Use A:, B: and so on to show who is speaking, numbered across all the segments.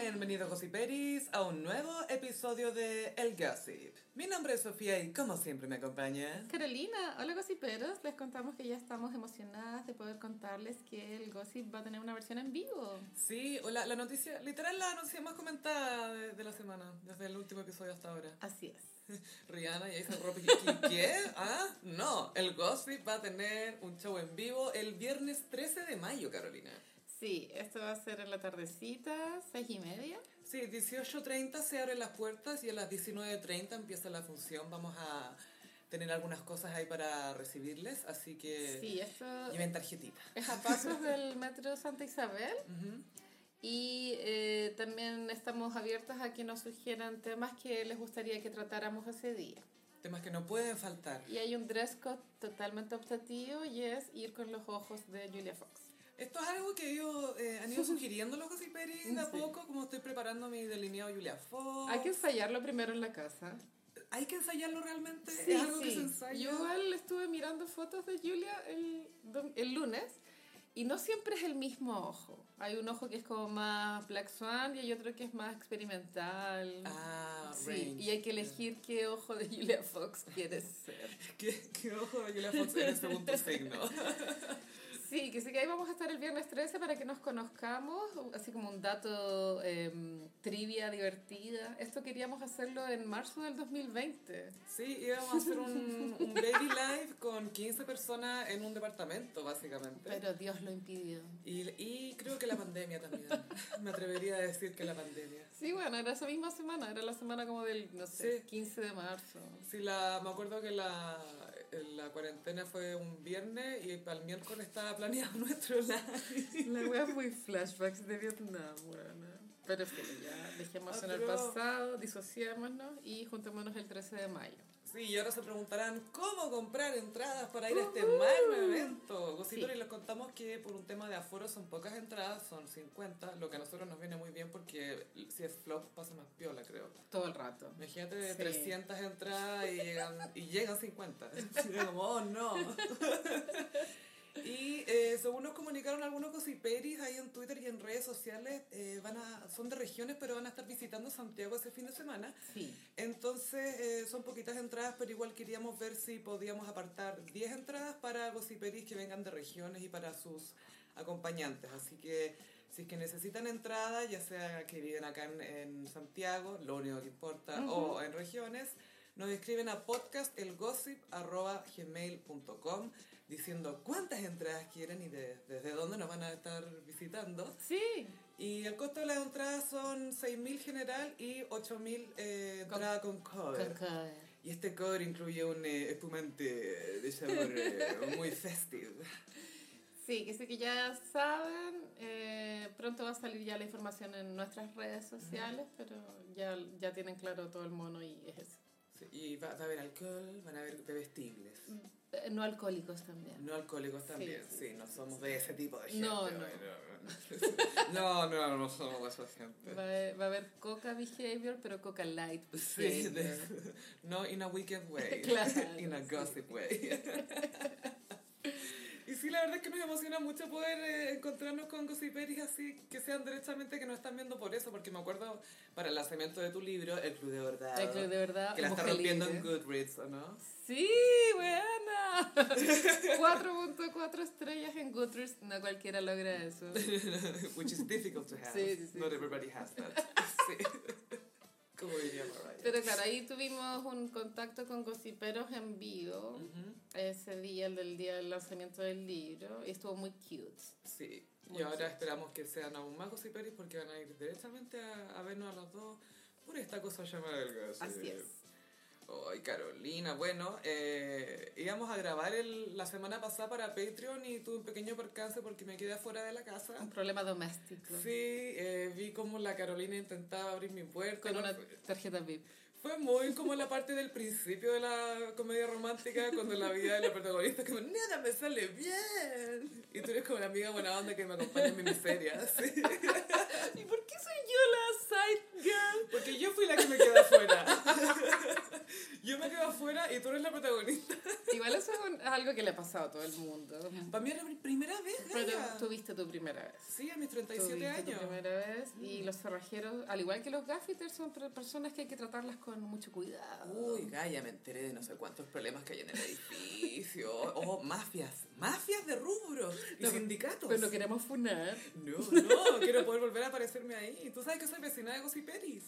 A: bienvenidos Gossiperis a un nuevo episodio de El Gossip. Mi nombre es Sofía y como siempre me acompaña...
B: Carolina, hola gossiperos, les contamos que ya estamos emocionadas de poder contarles que el gossip va a tener una versión en vivo.
A: Sí, hola, la noticia, literal la noticia más comentada de, de la semana, desde el último episodio hasta ahora.
B: Así es.
A: Rihanna y Aisa Rocky, ¿qué- ¿qué? ¿Ah? No, el Gossip va a tener un show en vivo el viernes 13 de mayo, Carolina.
B: Sí, esto va a ser en la tardecita, seis y media.
A: Sí, 18.30 se abren las puertas y a las 19.30 empieza la función. Vamos a tener algunas cosas ahí para recibirles, así que
B: Sí, esto
A: lleven tarjetita.
B: es a pasos del metro Santa Isabel.
A: Ujú.
B: Y eh, también estamos abiertas a que nos sugieran temas que les gustaría que tratáramos ese día.
A: Temas que no pueden faltar.
B: Y hay un dress code totalmente optativo y es ir con los ojos de Julia Fox.
A: Esto es algo que ellos eh, han ido sugiriendo los gossiperis de a
B: Sí.
A: poco, como estoy preparando mi delineado Julia Fox.
B: Hay que ensayarlo primero en la casa.
A: ¿Hay que ensayarlo realmente? ¿Es algo que se ensaya?
B: Yo igual estuve mirando fotos de Julia el, dom- el lunes y no siempre es el mismo ojo. Hay un ojo que es como más Black Swan y hay otro que es más experimental.
A: Ah,
B: Sí,
A: range.
B: y hay que elegir qué ojo de Julia Fox quieres ser.
A: ¿Qué, qué ojo de Julia Fox en según tu signo?
B: Sí, que sí que ahí vamos a estar el viernes 13 para que nos conozcamos, Uh, así como un dato em, trivia divertida. Esto queríamos hacerlo en marzo del 2020.
A: Sí, íbamos a hacer un, un baby live con 15 personas en un departamento, básicamente.
B: Pero Dios lo impidió.
A: y, y creo que la pandemia también. Me atrevería a decir que la pandemia.
B: Sí, bueno, era esa misma semana, era la semana como del, no sé,
A: Sí.
B: 15 de marzo.
A: Sí, la, me acuerdo que la, la cuarentena fue un viernes y para el miércoles estaba planeado nuestro live.
B: La wea muy flashbacks de Vietnam, bueno. Pero es que ya, dejemos
A: Ah,
B: en el
A: pero-
B: pasado, disociémonos y juntémonos el 13 de mayo.
A: Sí, y ahora se preguntarán cómo comprar entradas para ir a este magno evento. Gossitori,
B: Sí.
A: les contamos que por un tema de aforo son pocas entradas, son 50, lo que a nosotros nos viene muy bien porque si es flop pasa más piola, creo.
B: Todo el rato.
A: Imagínate de
B: Sí.
A: 300 entradas y llegan, y llegan 50. Y yo como, oh no. Y eh, según nos comunicaron algunos gossiperis ahí en Twitter y en redes sociales, eh, van a, son de regiones, pero van a estar visitando Santiago ese fin de semana.
B: Sí.
A: Entonces eh, son poquitas entradas, pero igual queríamos ver si podíamos apartar 10 entradas para gossiperis que vengan de regiones y para sus acompañantes. Así que si es que necesitan entradas, ya sea que viven acá en, en Santiago, lo único que importa, o en regiones, nos escriben a podcastelgossip.gmail.com diciendo cuántas entradas quieren y de- desde dónde nos van a estar visitando.
B: Sí,
A: Y el costo de las entradas son 6.000 general y 8.000 eh, entrada con cover. Y este cover incluye un eh, espumante de sabor eh, muy festive.
B: Sí, que sí que ya saben, eh, pronto va a salir ya la información en nuestras redes sociales, pero ya, ya tienen claro todo el mono y es eso.
A: Sí, y va, va a haber alcohol, van a haber bebestibles.
B: Eh, No alcohólicos también.
A: No alcohólicos también, sí,
B: sí,
A: no somos de ese tipo de gente.
B: No, no.
A: No, no, no, no, no somos de esa gente.
B: Va a, va a haber coca behavior, pero coca light. pues,
A: Sí,
B: behavior.
A: de- no in a wicked way,
B: Claro,
A: in a
B: sí.
A: gossip way. y sí, la verdad es que nos emociona mucho poder eh, encontrarnos con gossiperis así, que sean directamente que nos están viendo por eso, porque me acuerdo para el lanzamiento de tu libro, El Club de Verdad,
B: El club de verdad.
A: que la está
B: mujer
A: rompiendo
B: libre.
A: en Goodreads, ¿o no?
B: Sí, buena. 4.4 estrellas en Goodreads. No cualquiera logra eso.
A: Which is difficult to have,
B: Sí, sí, sí.
A: not everybody has that. Sí. Como diría Mariah.
B: Pero claro, ahí tuvimos un contacto con gossiperos en vivo
A: Ujú.
B: ese día, el del día del lanzamiento del libro, y estuvo muy cute.
A: Sí, y
B: Muy
A: ahora
B: cierto.
A: esperamos que sean aún más gossiperis porque van a ir directamente a, a vernos a los dos por esta cosa llamada el gossip.
B: Así es.
A: Ay, Carolina, bueno, eh, íbamos a grabar el- la semana pasada para Patreon y tuve un pequeño percance porque me quedé afuera de la casa.
B: Un problema doméstico.
A: Sí, eh, vi como la Carolina intentaba abrir mi puerta.
B: Con
A: no
B: una
A: fue-
B: tarjeta VIP.
A: fue muy como la parte del principio de la comedia romántica, cuando la vida de la protagonista es como, nada me sale bien. Y tú eres como la amiga buena onda que me acompaña en mi miseria. sí.
B: ¿Y por qué soy yo la side girl?
A: Porque yo fui la que me quedé afuera. Yo me quedo afuera y tú eres la protagonista.
B: Igual eso es un- algo que le ha pasado a todo el mundo.
A: Para mí era mi primera vez,
B: Pero
A: Gaya.
B: tuviste tu primera vez.
A: Sí, a mis
B: Tuviste
A: 37
B: tu
A: años. Mm.
B: primera vez. Y los cerrajeros, al igual que los gaffiters, son per- personas que hay que tratarlas con mucho cuidado.
A: Uy, Gaya, me enteré de no sé cuántos problemas que hay en el edificio. Oh, mafias. Mafias de rubros y
B: No,
A: sindicatos.
B: Pero no queremos funar.
A: No, no, quiero poder volver a aparecerme ahí. Tú sabes que soy vecina de Gossiperis.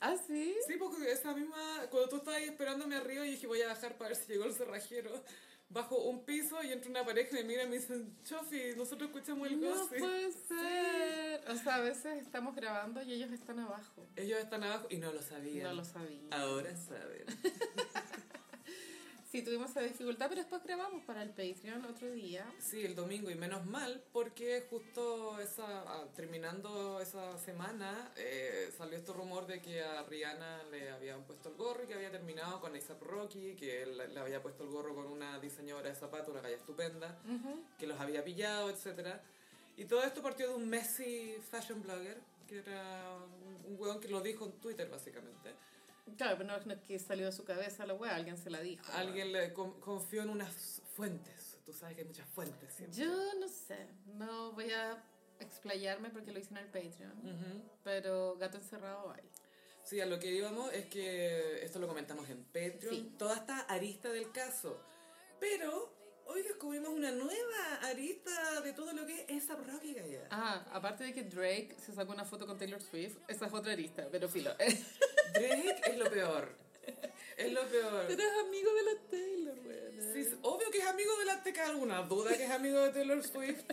B: ¿Ah, sí?
A: Sí, porque esa misma, cuando tú estabas ahí esperándome arriba, yo dije, voy a bajar para ver si llegó el cerrajero. Bajo un piso y entra una pareja y me mira y me dicen, Chofi, nosotros escuchamos el
B: No
A: gossip.
B: puede ser. O sea, a veces estamos grabando y ellos están abajo.
A: Ellos están abajo y no lo sabían.
B: No lo sabía.
A: Ahora saben.
B: Sí, tuvimos esa dificultad, pero después grabamos para el Patreon otro día.
A: Sí, el domingo y menos mal porque justo esa, ah, terminando esa semana eh, salió este rumor de que a Rihanna le habían puesto el gorro y que había terminado con A$AP Rocky, que él le había puesto el gorro con una diseñadora de zapatos, una galla estupenda, que los había pillado, etc. Y todo esto partió de un Messi fashion blogger, que era un, un weón que lo dijo en Twitter básicamente.
B: Claro, pero no, no es que salió de su cabeza la weá, alguien se la dijo.
A: Alguien le con- confió en unas fuentes, tú sabes que hay muchas fuentes siempre.
B: Yo no sé, no voy a explayarme porque lo hice en el Patreon,
A: Ujú.
B: pero gato encerrado hay.
A: Sí, a lo que íbamos es que esto lo comentamos en Patreon,
B: Sí.
A: toda esta arista del caso. Pero hoy descubrimos una nueva arista de todo lo que es esa Rocky Gaya.
B: Ah, aparte de que Drake se sacó una foto con Taylor Swift, esa es otra arista, pero filo.
A: Drake es lo peor. Es lo peor.
B: Eres amigo de la Taylor, weón.
A: Sí, es obvio que es amigo de la Teca, alguna duda que es amigo de Taylor Swift.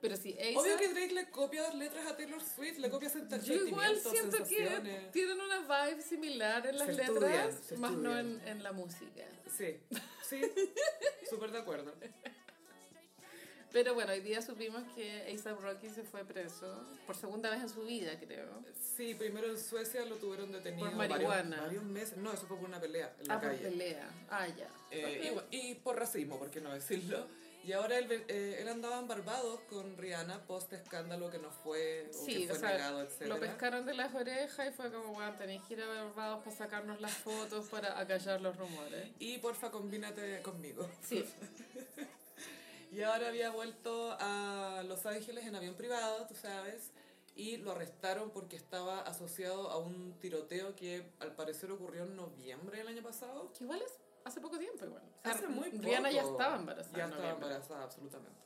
B: Pero sí,
A: Obvio
B: A$AP,
A: que Drake le copia las letras a Taylor Swift, le copia sent-
B: yo
A: sentimientos,
B: igual siento que
A: sensaciones.
B: tienen una vibe similar en las
A: Se estudian,
B: letras,
A: se
B: más no
A: estudian.
B: en, en la música.
A: Sí, sí, súper de acuerdo.
B: Pero bueno, hoy día supimos que A$AP Rocky se fue preso por segunda vez en su vida, creo.
A: Sí, primero en Suecia lo tuvieron detenido
B: Por
A: Varios,
B: marihuana.
A: varios meses. No, eso fue por una pelea en la
B: Ah, por
A: calle.
B: pelea. Ah, ya.
A: Eh,
B: Ok.
A: y, y por racismo, por qué no decirlo. Y ahora él, ve- eh, él andaba en Barbados con Rihanna post escándalo que no fue, o
B: Sí,
A: que fue
B: o sea,
A: negado, etc.
B: Lo pescaron de las orejas y fue como, weón, tenéis que ir a Barbados para sacarnos las fotos, para acallar los rumores.
A: Y porfa, combínate conmigo.
B: Sí,
A: Y ahora había vuelto a Los Ángeles en avión privado, tú sabes, y lo arrestaron porque estaba asociado a un tiroteo que al parecer ocurrió en noviembre del año pasado.
B: que igual es hace poco tiempo igual. O sea,
A: Hace muy poco.
B: Rihanna ya estaba embarazada.
A: Ya
B: en
A: estaba
B: noviembre.
A: embarazada, absolutamente.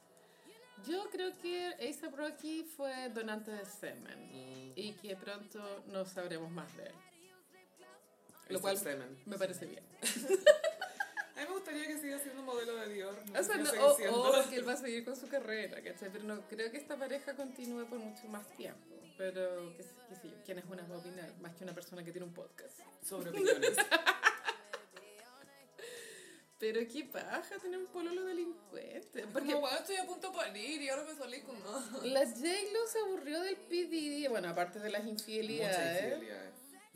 B: Yo creo que A$AP Rocky fue donante de semen y que pronto no sabremos más de él. Lo
A: Es
B: cual
A: el semen.
B: me parece bien.
A: A mí me gustaría que siga siendo modelo de Dior. no
B: O
A: sé
B: sea,
A: si
B: no,
A: lo sigue
B: o-
A: siendo.
B: o que él va a seguir con su carrera, ¿cachai? Pero no creo que esta pareja continúe por mucho más tiempo. Pero, qué, sé- qué sé yo, ¿quién es una va a opinar? Más que una persona que tiene un podcast.
A: Sobre opiniones.
B: Pero qué paja tener un pololo delincuente.
A: Porque
B: Porque
A: estoy a punto de parir y ahora me salí con más.
B: la J-Lo se aburrió del P. Diddy, bueno, aparte de las
A: Mucha
B: infidelidades.
A: infidelidad.
B: ¿eh?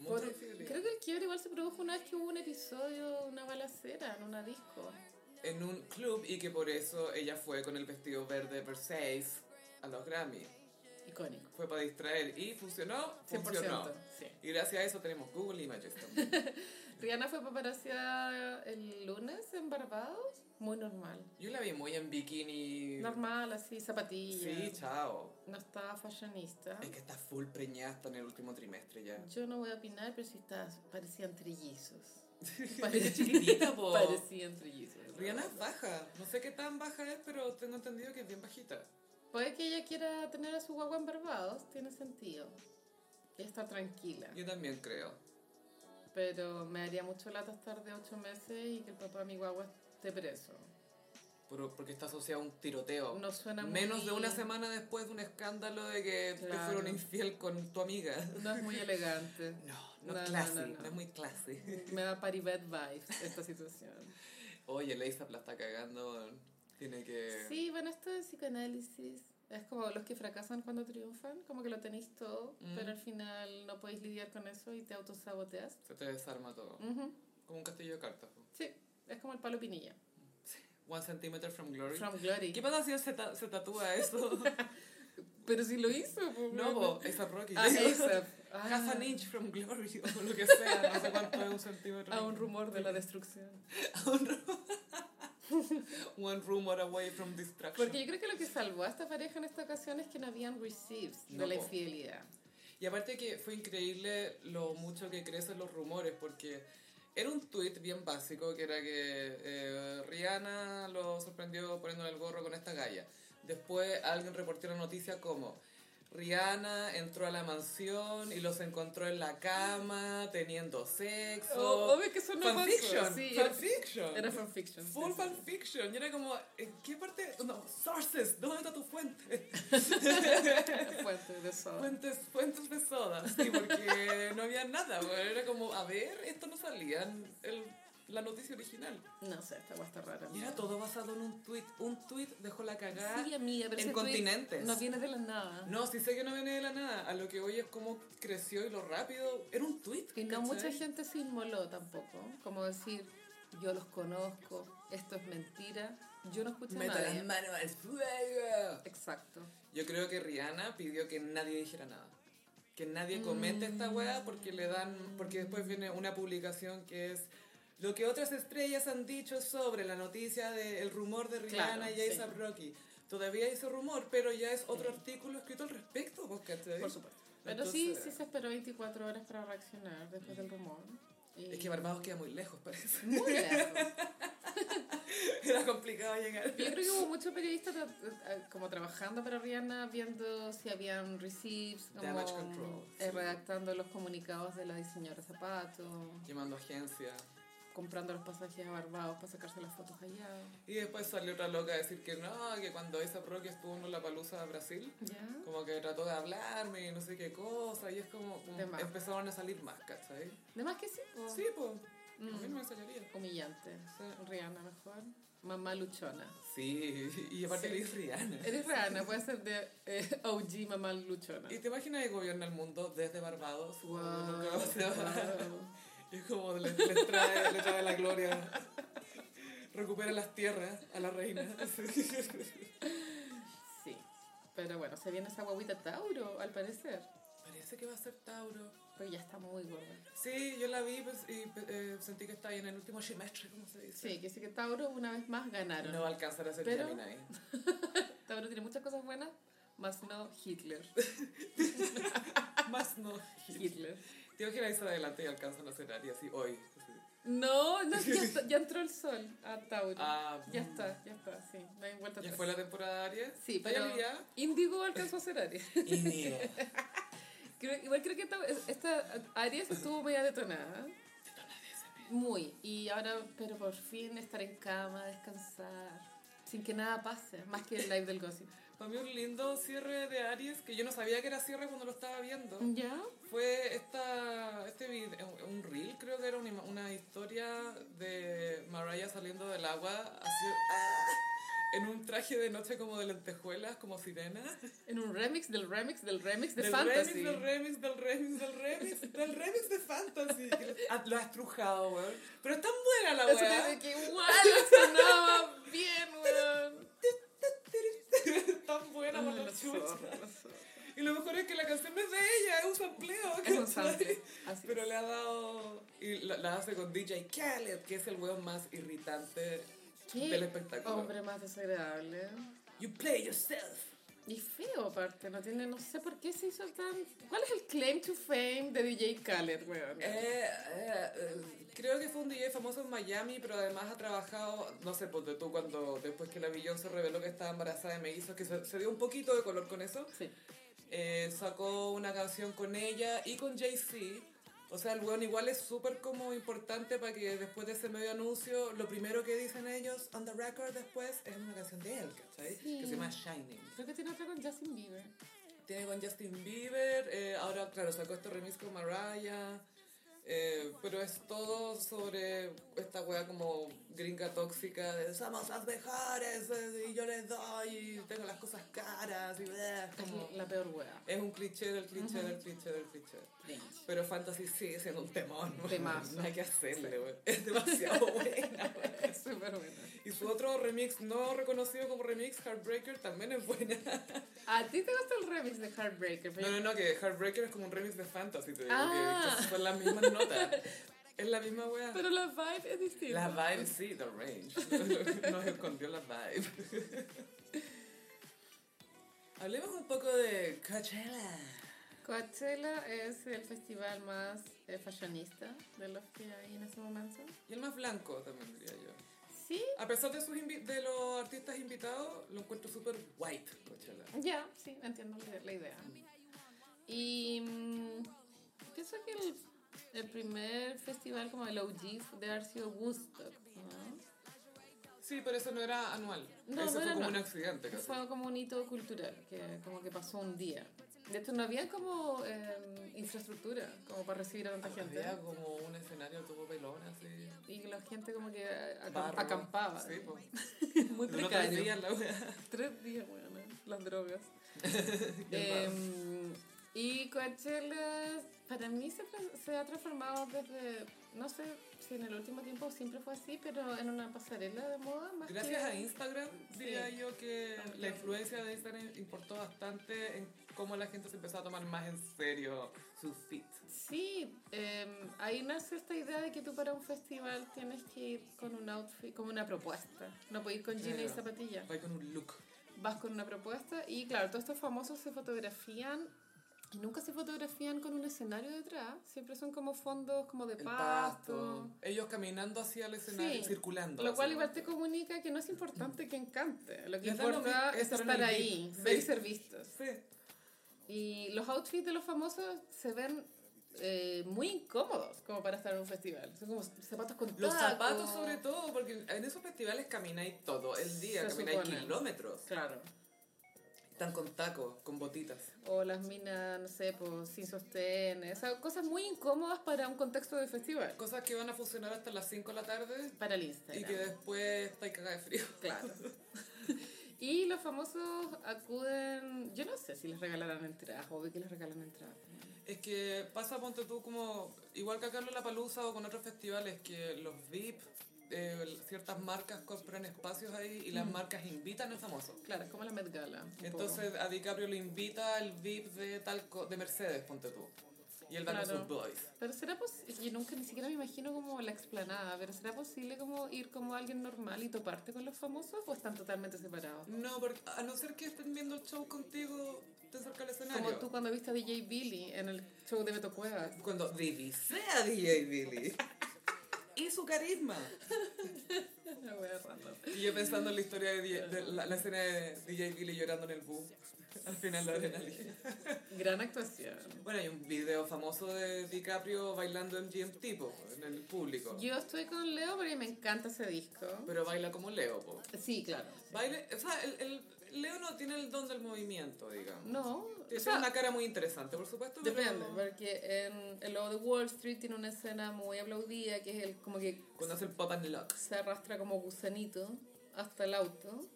B: Por-
A: Mucha infidelidad.
B: creo que el quiebre igual se produjo una vez que hubo un episodio, una balacera en una disco.
A: En un club y que por eso ella fue con el vestido verde Versace a los Grammy.
B: Icónico.
A: Fue para distraer y funcionó,
B: 100%.
A: funcionó.
B: Sí.
A: Y gracias a eso tenemos Google Images también.
B: Rihanna fue paparaseada el lunes en Barbados. Muy normal.
A: Yo la vi muy en bikini.
B: Normal, así, zapatillas.
A: Sí, chao.
B: no estaba fashionista.
A: Es que está full preñada hasta en el último trimestre ya.
B: Yo no voy a opinar, pero sí estaba, parecían trillizos.
A: Es chiquitita, po.
B: Parecían trillizos. la
A: Rihanna
B: verdad.
A: es baja, no sé qué tan baja es, pero tengo entendido que es bien bajita.
B: Puede que ella quiera tener a su guagua en Barbados, tiene sentido. Ella está tranquila.
A: Yo también creo.
B: Pero me haría mucho lata estar de ocho meses y que el papá de mi guagua esté preso.
A: Pero- porque está asociado a un tiroteo.
B: No suena muy-
A: Menos de una semana después de un escándalo de que te
B: Claro.
A: fueron infiel con tu amiga.
B: No es muy elegante.
A: No, no,
B: no No, no,
A: clase,
B: classy, no, no. no es
A: es muy clase.
B: Me da paribet vibes esta situación.
A: Oye, Leisa la está cagando. Tiene que.
B: Sí, bueno, esto de psicoanálisis es como los que fracasan cuando triunfan, como que lo tenéis todo,
A: Mm.
B: pero al final no podéis lidiar con eso y te autosaboteas.
A: Se te desarma todo.
B: Ujú.
A: Como un castillo de cartas. po.
B: Sí, es como el palo pinilla.
A: One centimeter from glory.
B: From Glory.
A: ¿Qué pasa si se, ta- se tatúa eso?
B: Pero si lo hizo, pues,
A: No,
B: bueno.
A: vos, esa Rocky.
B: Ah, A$AP.
A: Half
B: Ah,
A: an inch from glory, o lo que sea, no sé cuánto es un centímetro.
B: a un rumor de la destrucción.
A: One rumor away from destruction.
B: Porque yo creo que lo que salvó a esta pareja en esta ocasión es que no habían receives de
A: No,
B: la
A: po.
B: infidelidad.
A: Y aparte que fue increíble lo mucho que crecen los rumores, porque era un tweet bien básico, que era que eh, Rihanna lo sorprendió poniéndole el gorro con esta galla. Después alguien reportó una noticia como... Rihanna entró a la mansión y los encontró en la cama teniendo
B: O-
A: sexo.
B: Oh, obvio que eso no pasó.
A: fanfiction,
B: Sí, era-
A: fanfiction.
B: Era fanfiction. sí,
A: Full
B: sí.
A: fanfiction. Y era como, ¿en qué parte? No, sources, ¿dónde está tu fuente?
B: Fuente de soda.
A: Fuentes, fuentes de soda, sí, porque no había nada, güey. era como, a ver, esto no salía en el- la noticia original.
B: No sé, esta agua está rara.
A: Y era
B: amiga.
A: todo basado en un tweet, un tweet dejó la cagada.
B: Sí, amiga, pero
A: en
B: ese tweet
A: continentes.
B: No viene de la nada.
A: No, sí sé que no viene de la nada, a lo que hoy es como creció y lo rápido, era un tweet.
B: y no
A: ¿cachai?
B: mucha gente se inmoló tampoco. Como decir, yo los conozco, esto es mentira, yo no escuché
A: Meta
B: nada.
A: las manos al fuego.
B: Exacto.
A: Yo creo que Rihanna pidió que nadie dijera nada. Que nadie comente esta
B: Mm.
A: weá porque le dan. Porque después viene una publicación que es. Lo que otras estrellas han dicho sobre la noticia del rumor de Rihanna
B: Claro,
A: y
B: sí.
A: A$AP Rocky. Todavía ese rumor, pero ya es otro artículo escrito al respecto, ¿vos cachai?
B: Por supuesto. Pero sí, sí
A: Entonces-
B: se esperó 24 horas para reaccionar después del rumor. Y-
A: Es que Barbados queda muy lejos, parece.
B: Muy lejos.
A: Era complicado llegar.
B: Yo creo que hubo muchos periodistas tra- eh, como trabajando para Rihanna, viendo si habían receipts, como
A: Damage control,
B: eh,
A: sí.
B: redactando los comunicados de la diseñadora de zapatos,
A: Llamando agencia.
B: comprando los pasajes a Barbados para sacarse las fotos allá.
A: Y después salió otra loca a decir que no, que cuando A$AP Rocky estuvo en la palusa de Brasil.
B: ¿Ya?
A: como que trató de hablarme y no sé qué cosa, y es como, como
B: De más.
A: empezaron a salir más, ¿cachai?
B: De más que sí, po.
A: Sí, pues, a mí no
B: Mm,
A: me enseñaría.
B: humillante.
A: Sí.
B: Rihanna mejor. Mamá luchona.
A: Sí, y aparte
B: Sí.
A: le es Rihanna.
B: Eres Rihanna, puede ser de eh, OG mamá luchona.
A: ¿Y te imaginas que gobierna el mundo desde Barbados?
B: Wow,
A: Como nunca va a ser.
B: wow.
A: Y es como les, les trae, les trae la gloria. Recupera las tierras a la reina.
B: Sí. Pero bueno, se viene esa guaguita Tauro, al parecer.
A: Parece que va a ser Tauro.
B: Pero ya está muy gorda.
A: Sí, yo la vi pues, y eh, sentí que está ahí en el último semestre, como se dice.
B: Sí, que sí que Tauro una vez más ganaron.
A: No va a alcanzar a ser
B: Pero-
A: Gemini.
B: Tauro tiene muchas cosas buenas, más no Hitler.
A: Más no.
B: Hitler.
A: Te imaginas irse adelante y alcanzan a cenar y así hoy. así.
B: No, no, ya, está- ya entró el sol a Tauro.
A: Ah,
B: ya está, ya está, sí. No hay vuelta
A: ¿Ya
B: atrás.
A: fue la temporada de Aries?
B: Sí, pero
A: Ya,
B: Índigo alcanzó a ser Aries.
A: Y mira.
B: Creo- igual creo que esta, esta Aries estuvo media detonada. Muy. Y ahora, pero por fin estar en cama, descansar, sin que nada pase, más que el live del gossip.
A: Para mí un lindo cierre de Aries, que yo no sabía que era cierre cuando lo estaba viendo.
B: ¿Ya?
A: Fue esta, este video, un reel, creo que era una, ima- una historia de Mariah saliendo del agua así, ah, en un traje de noche como de lentejuelas, como sirena.
B: En un remix del remix del remix de
A: del
B: Fantasy.
A: remix, del remix, del remix, del remix, del remix de Fantasy. Que lo- ah, Lo ha estrujado, weón. Pero es tan buena la
B: Eso
A: weá.
B: te dice que igual sonaba bien, weón.
A: tan buena por la
B: Los
A: chucha.
B: zorros, los zorros.
A: Y lo mejor es que la canción no es de ella, es un sampleo.
B: Es un
A: ¿cachai?
B: sample, así
A: Pero
B: es.
A: le ha dado. Y la, la hace con DJ Khaled, que es el weón más irritante
B: ¿Qué
A: del espectáculo.
B: Hombre más desagradable.
A: You play yourself.
B: Y feo, aparte. No tiene, no sé por qué se hizo tan. ¿Cuál es el claim to fame de DJ Khaled, weón?
A: Eh, eh, eh, creo que fue un DJ famoso en Miami, pero además ha trabajado, no sé, ponte tú cuando después que la Beyoncé reveló que estaba embarazada de hizo que se, se dio un poquito de color con eso.
B: Sí.
A: Eh, sacó una canción con ella y con Jay-Z. O sea, el weón igual es súper como importante para que después de ese medio anuncio, lo primero que dicen ellos, on the record después, es una canción de él, ¿cachai?
B: Sí.
A: Que se llama Shining.
B: Creo que tiene otra con Justin Bieber.
A: Tiene con Justin Bieber, eh, ahora, claro, sacó este remix con Mariah. eh, pero es todo sobre esta wea como gringa tóxica de somos las mejores eh, y yo les doy y tengo las cosas caras y bla", es como
B: Es la peor weá.
A: es un cliché del cliché del cliché del cliché. Pero Fantasy sigue siendo un temón, güey.
B: Temazo.
A: No hay que hacerle, güey. Es demasiado buena, güey.
B: Es súper buena.
A: Y su otro remix no reconocido como remix, Heartbreaker, también es buena.
B: Ah, A ti te gusta el remix de Heartbreaker, pero
A: No, no, no, que Heartbreaker es como un remix de Fantasy, te digo.
B: Ah.
A: Que entonces son las mismas notas. Es la misma wea.
B: Pero la vibe es distinta.
A: La vibe, sí, The Range. Nos escondió la vibe. Hablemos un poco de Coachella.
B: Coachella es el festival más eh, fashionista de los que hay en ese momento.
A: Y el más blanco también diría yo.
B: Sí,
A: A pesar de, sus invi- de los artistas invitados, lo encuentro súper white, Coachella.
B: ya, sí, entiendo la- la idea. Y mm, pienso que el, el primer festival como el OG de haber sido Woodstock, ¿no?
A: Sí, pero eso no era anual.
B: No,
A: eso
B: no
A: fue
B: era
A: como
B: anual.
A: un accidente casi.
B: Fue como un hito cultural, que como que pasó un día. De hecho, no había como eh, infraestructura como para recibir a tanta gente.
A: Había como un escenario tuvo pelonas así.
B: Y la gente como que acam-
A: barro.
B: acampaba.
A: Sí, pues.
B: Muy
A: No tres
B: precario.
A: días la wea.
B: Tres días, bueno, las drogas. Eh,
A: Qué raro.
B: Em, y Coachella, para mí se, tra- se ha transformado desde, no sé si en el último tiempo siempre fue así, pero en una pasarela de moda más
A: Gracias
B: que...
A: a Instagram, diría
B: Sí.
A: yo que la influencia de Instagram importó bastante en cómo la gente se empezó a tomar más en serio sus fit.
B: Sí, em, ahí nace esta idea de que tú para un festival tienes que ir con un outfit, como una propuesta. No puedes ir con jeans y
A: Claro.
B: zapatillas.
A: Va con un look.
B: vas con una propuesta y claro, todos estos famosos se fotografían y nunca se fotografían con un escenario detrás, siempre son como fondos como de
A: El
B: pasto.
A: pasto. Ellos caminando hacia el escenario,
B: Sí.
A: circulando.
B: Lo cual
A: así.
B: igual te comunica que no es importante que encante, lo que
A: Les da lo
B: importa
A: mi-
B: es
A: estar en
B: estar
A: el
B: ahí,
A: beat, sí.
B: ver y ser vistos.
A: Sí.
B: Y los outfits de los famosos se ven eh, muy incómodos como para estar en un festival. Son como zapatos con
A: Los
B: tacos.
A: zapatos sobre todo, porque en esos festivales camináis todo el día,
B: Se
A: camináis
B: supone.
A: kilómetros.
B: Claro.
A: Están con tacos, con botitas.
B: O las minas, no sé, pues, sin sostén. Esas cosas muy incómodas para un contexto de festival.
A: Cosas que van a funcionar hasta las 5 de la tarde
B: Para el Instagram.
A: y que después estáis cagada de frío.
B: Claro. y los famosos acuden. Yo no sé si les regalarán entradas, obvio que les regalan entradas.
A: Es que pasa, ponte tú, como igual que acá en La Palusa o con otros festivales, que los VIP, eh, ciertas marcas compran espacios ahí y las marcas invitan a famosos.
B: Claro, es como la Met Gala. Mm. un
A: Entonces a DiCaprio le invita el VIP de tal co- de Mercedes, ponte tú. Y él va con
B: Claro.
A: sus boys.
B: poco. Pero será posible. Yo nunca ni siquiera me imagino como la explanada, pero será posible como ir como alguien normal y toparte con los famosos o están totalmente separados?
A: No, porque a no ser que estén viendo el show contigo te cerca del escenario.
B: Como tú cuando viste a DJ Billy en el show de Beto Cuevas.
A: Cuando divisé a DJ Billy. y su carisma.
B: Una wea random.
A: Y yo pensando en la historia de, DJ de la, la escena de DJ Billy llorando en el bus. Al final de adrenalina.
B: Gran actuación.
A: Bueno, hay un video famoso de DiCaprio bailando en GMT, po, en el público.
B: Yo estoy con Leo porque me encanta ese disco.
A: Pero baila como Leo, po.
B: Sí, claro.
A: Baile, o sea, el, el- Leo no tiene el don del movimiento, digamos.
B: No, o
A: Tiene
B: sea,
A: una cara muy interesante, por supuesto. pero-
B: Depende, porque en el lobo de Wall Street tiene una escena muy aplaudida que es el como que
A: Cuando hace el pop and lock.
B: se arrastra como gusanito hasta el auto.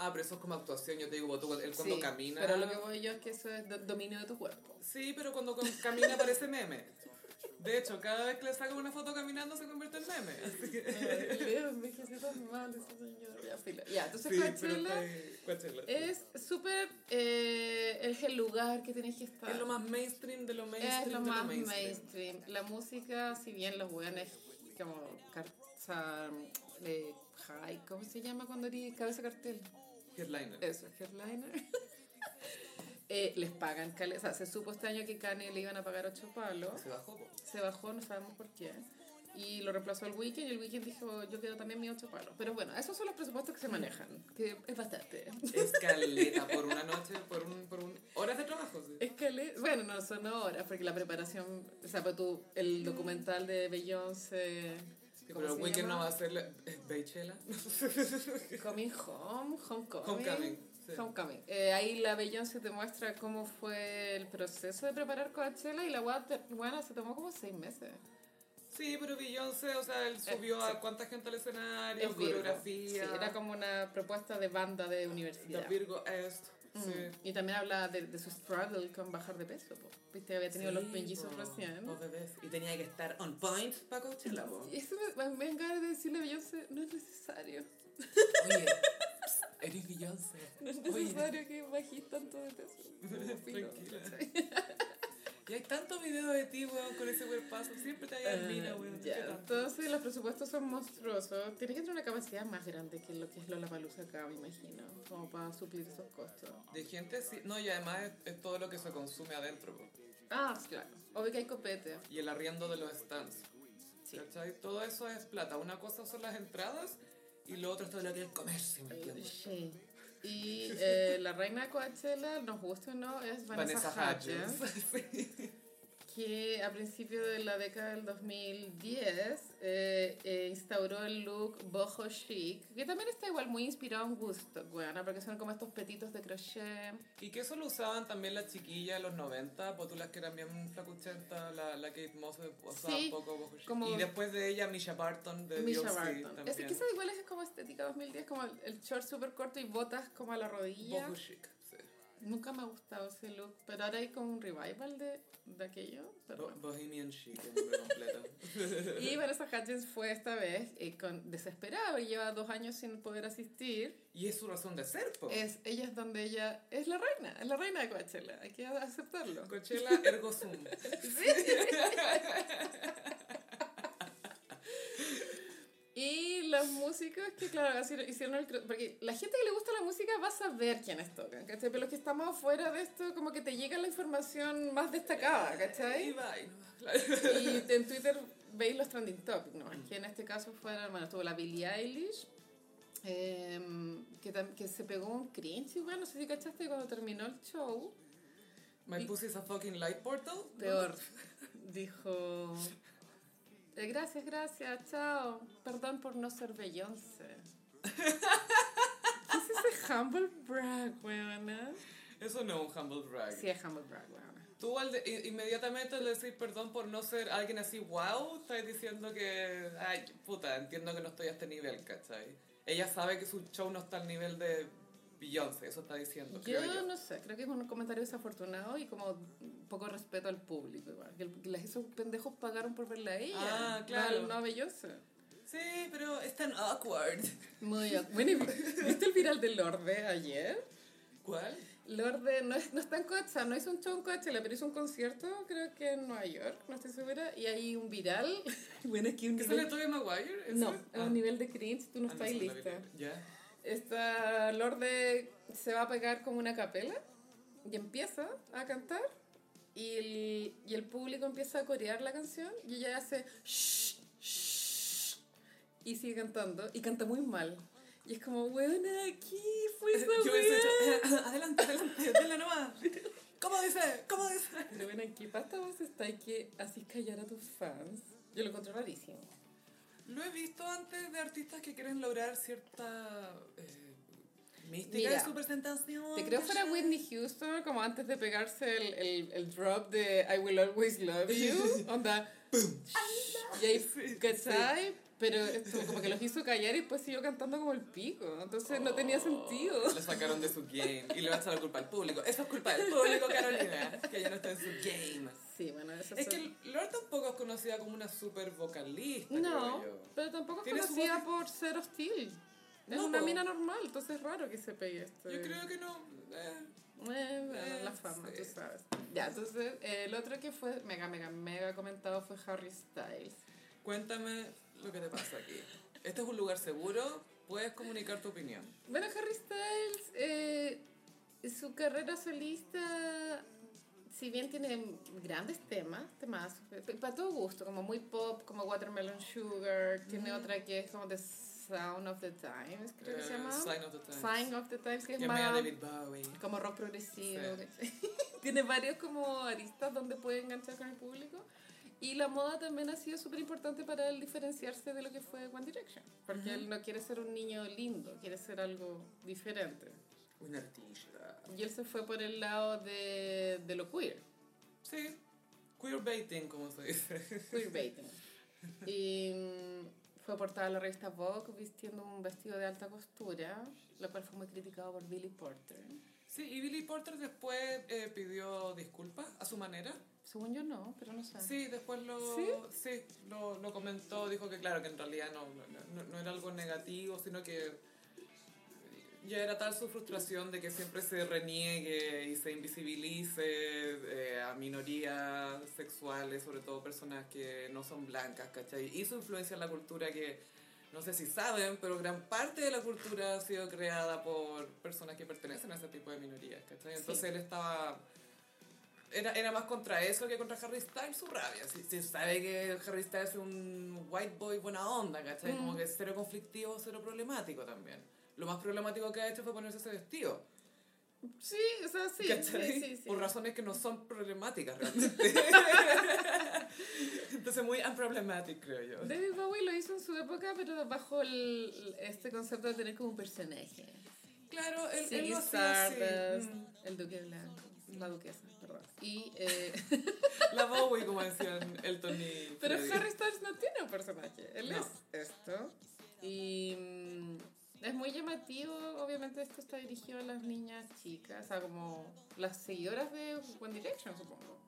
A: Ah, pero eso es como actuación, yo te digo, tú, él cuando
B: Sí,
A: camina...
B: Pero lo que voy yo es que eso es do- dominio de tu cuerpo.
A: Sí, pero cuando con- camina parece meme. De hecho, cada vez que le saca una foto caminando se convierte en meme. Así que...
B: Leo, envejeció tan mal ese señor. Ya, filo. Ya, entonces
A: Sí, pero está
B: Coachella
A: ahí, Coachella.
B: es súper. eh, es el lugar que tienes que estar.
A: Es lo más mainstream de lo mainstream
B: Es lo
A: de lo
B: más
A: mainstream.
B: mainstream. La música, si bien los weones como car- o sea, eh, ay, ¿cómo se llama cuando eres cabeza de cartel?
A: Headliner.
B: Eso, headliner. Eh, les pagan, cale- o sea, se supo este año que Kanye le iban a pagar 8 palos,
A: Se bajó, po.
B: se bajó, no sabemos por qué, y lo reemplazó el Weekend y el Weekend dijo, yo quiero también mis 8 palos. Pero bueno, esos son los presupuestos que se manejan, que es bastante.
A: Escaleta por una noche, por un, por un horas de trabajo. sí.
B: Es que le- bueno, no son horas, porque la preparación, o sea, pero tú, el documental de Beyoncé, ¿cómo
A: Pero
B: se
A: el weekend
B: llama?
A: no va a ser la- eh, Beychella.
B: Coming Home, Homecoming.
A: Homecoming, sí.
B: Homecoming. Eh, ahí la Beyoncé te muestra cómo fue el proceso de preparar Coachella y la guada te- bueno, se tomó como seis meses.
A: Sí, pero Beyoncé, o sea, él subió
B: Eh,
A: a cuánta gente al escenario,
B: Es Virgo.
A: coreografía.
B: Sí, era como una propuesta de banda de
A: The
B: universidad.
A: Virgo Est.
B: Mm.
A: Sí.
B: Y también habla de, de su struggle con bajar de peso. po. Viste, había tenido los
A: Sí,
B: mellizos
A: po,
B: recién.
A: po, bebés. Y tenía que estar on point para Coachella, po.
B: Y eso me, me dan ganas de decirle a Beyoncé, no es necesario.
A: Oye, psst, Eric Beyoncé.
B: No es
A: Oye.
B: necesario que bajes tanto de peso. Como filo,
A: Tranquila.
B: ¿cachai?
A: Y hay tantos videos de ti, weón, con ese cuerpazo. Siempre te admira, weón.
B: Ah, Ya,
A: ¿Qué tanto?
B: entonces los presupuestos son monstruosos. Tienes que tener una capacidad más grande que lo que es Lollapalooza acá, me imagino, como para suplir esos costos.
A: De gente, sí. No, y además es, es todo lo que se consume adentro, po.
B: Ah, claro. Obvio que hay copete. Eh,
A: Y el arriendo de los stands. ¿Cachai? Todo eso es plata. Una cosa son las entradas y lo otro es todo lo que es el comercio,
B: Eh,
A: ¿me entiendes?
B: Sí. Y eh, la reina de Coachella, nos gusta o no, es Vanessa,
A: Vanessa
B: Hudgens, que a principios de la década del 2010 eh, eh, instauró el look boho chic, que también está igual muy inspirado en gusto, weona, porque son como estos petitos de crochet.
A: Y que eso lo usaban también las chiquillas de los 90, postulas que eran bien flacuchentas, la, la Kate Moss usaba
B: Sí,
A: un poco bojo chico.
B: como-
A: Y después de ella, Misha Barton de
B: Misha
A: DOC
B: Barton. Es que
A: también.
B: quizás igual es como estética 2010, como el- el short súper corto y botas como a la rodilla.
A: Boho chic, sí.
B: Nunca me ha gustado ese look, pero ahora hay como un revival de, de aquello. pero
A: Bo- Bohemian chic, el nombre completo.
B: bueno. Y Vanessa Hudgens fue esta vez eh, con, desesperada, porque lleva dos años sin poder asistir.
A: Y es su razón de ser, po.
B: Es, ella es donde ella es la reina, es la reina de Coachella, hay que aceptarlo.
A: Coachella ergo sum.
B: Y los músicos que, claro, así lo- hicieron el... cru- Porque la gente que le gusta la música va a saber quiénes tocan, ¿cachai? Pero los que estamos afuera de esto, como que te llega la información más destacada,
A: Y
B: ¿cachai?
A: va, y no va.
B: Y te- en Twitter veis los trending topics, ¿no? Que en este caso fueron, bueno, estuvo la Billie Eilish, em, que, tam- que se pegó un cringe, igual, no sé si cachaste cuando terminó el show.
A: My pussy is a fucking light portal.
B: Peor. Dijo. eh, Gracias, gracias, chao. Perdón por no ser Beyoncé. ¿Qué es ese humble brag, weona?
A: Eso no es un humble brag.
B: Sí, es humble brag, weona.
A: Tú al de- i- inmediatamente al decir perdón por no ser alguien así, wow, estás diciendo que, ay, puta, entiendo que no estoy a este nivel, ¿cachai? Ella sabe que su show no está al nivel de Beyoncé, eso está diciendo,
B: Yo,
A: creo yo.
B: no sé, creo que es un comentario desafortunado y como poco respeto al público, igual. Que, el- que las- esos pendejos pagaron por verla a ella.
A: Ah, claro.
B: No, no a Beyoncé.
A: Sí, pero es tan awkward.
B: Muy ac- bueno, y vi- ¿viste el viral de Lorde ayer?
A: ¿Cuál?
B: Lorde no, es- no está en Coachella, no hizo un show en Coachella, pero hizo un concierto, creo que en Nueva York, no estoy segura, y hay un viral. Bueno, es que un
A: ¿Que sale Tobey Maguire? ¿Eso?
B: No,
A: Ah.
B: a un nivel de cringe, tú no
A: Ah,
B: estás
A: sí, la vi,
B: lista.
A: Ya.
B: Esta Lorde se va a pegar como una capela y empieza a cantar y el, y el público empieza a corear la canción y ella hace shh, shh, y sigue cantando y canta muy mal. Y es como, buena aquí fue esa
A: Yo hubiese
B: weá?".
A: hecho, adelante, adelante, denle nomás. ¿Cómo dice? ¿Cómo dice?
B: Pero bueno, aquí pasta vos está y que así callar a tus fans. Yo lo encontré rarísimo.
A: Lo he visto antes de artistas que quieren lograr cierta eh, mística
B: Mira,
A: de su presentación.
B: Te creo fuera Whitney Houston, como antes de pegarse el, el, el drop de I Will Always Love You. Onda. Y ahí, ¿cachai? Pero esto, como que los hizo callar y después siguió cantando como el pico. Entonces no tenía sentido.
A: Lo sacaron de su game y le va a echar la culpa al público. Eso es culpa del público, Carolina, que ya no está en su game.
B: Sí, bueno, eso
A: Es que Lord tampoco es conocida como una super vocalista.
B: No,
A: creo yo.
B: pero tampoco es
A: Tiene su
B: conocida por ser hostil. Es
A: No,
B: una
A: po.
B: mina normal, entonces es raro que se pegue esto.
A: Yo creo que no. eh,
B: Eh, bueno,
A: Eh,
B: la fama,
A: sí.
B: tú sabes. Ya, entonces, eh, el otro que fue mega, mega, mega comentado fue Harry Styles.
A: Cuéntame lo que te pasa aquí. Este es un lugar seguro, puedes comunicar tu opinión.
B: Bueno, Harry Styles, eh, su carrera solista, si bien tiene grandes temas, temas, para todo gusto, como muy pop, como Watermelon Sugar, tiene otra que es como The Sound of the Times, creo que se
A: Eh,
B: llama.
A: Sign of the Times.
B: Sign of the Times, que es
A: Llamé a
B: más...
A: David Bowie.
B: como rock progresivo.
A: Sí.
B: ¿cachai? Tiene varios como aristas donde puede enganchar con el público. Y la moda también ha sido súper importante para él diferenciarse de lo que fue One Direction. Porque
A: Ujú.
B: él no quiere ser un niño lindo, quiere ser algo diferente.
A: Un artista.
B: Y él se fue por el lado de, de lo queer,
A: Sí. Queerbaiting, como se dice.
B: queerbaiting. Y mm, fue portada a la revista Vogue vistiendo un vestido de alta costura, lo cual fue muy criticado por Billy Porter.
A: Sí, y Billy Porter después eh, pidió disculpas a su manera.
B: Según yo no, pero no sé.
A: Sí, después lo,
B: ¿Sí?
A: sí, lo, lo comentó, dijo que claro, que en realidad no, no, no- no era algo negativo, sino que Ya era tal su frustración de que siempre se reniegue y se invisibilice eh, a minorías sexuales, sobre todo personas que no son blancas, ¿cachai? Y su influencia en la cultura que, no sé si saben, pero gran parte de la cultura ha sido creada por personas que pertenecen a ese tipo de minorías, ¿cachai? Entonces
B: Sí.
A: él estaba... Era, era más contra eso que contra Harry Styles su rabia. Si, si sabe que Harry Styles es un white boy buena onda, ¿cachai? Como
B: Mm.
A: que cero conflictivo, cero problemático también. Lo más problemático que ha hecho fue ponerse ese vestido.
B: Sí, o sea, sí.
A: ¿cachai?
B: sí, sí, sí.
A: Por razones que no son problemáticas realmente. Entonces, muy unproblematic, creo yo.
B: David Bowie lo hizo en su época, pero bajo el- este concepto de tener como un personaje.
A: Claro, él, él
B: Ziggy
A: lo hacía así.
B: Stardust,
A: Mm.
B: el duque blanco, la duquesa, perdón. Y, eh,
A: La Bowie, como decían Elton y
B: pero
A: Freddie.
B: Harry Styles no tiene un personaje, él
A: No.
B: es esto. Y mm, es muy llamativo, obviamente esto está dirigido a las niñas chicas, o sea, como las seguidoras de One Direction, supongo.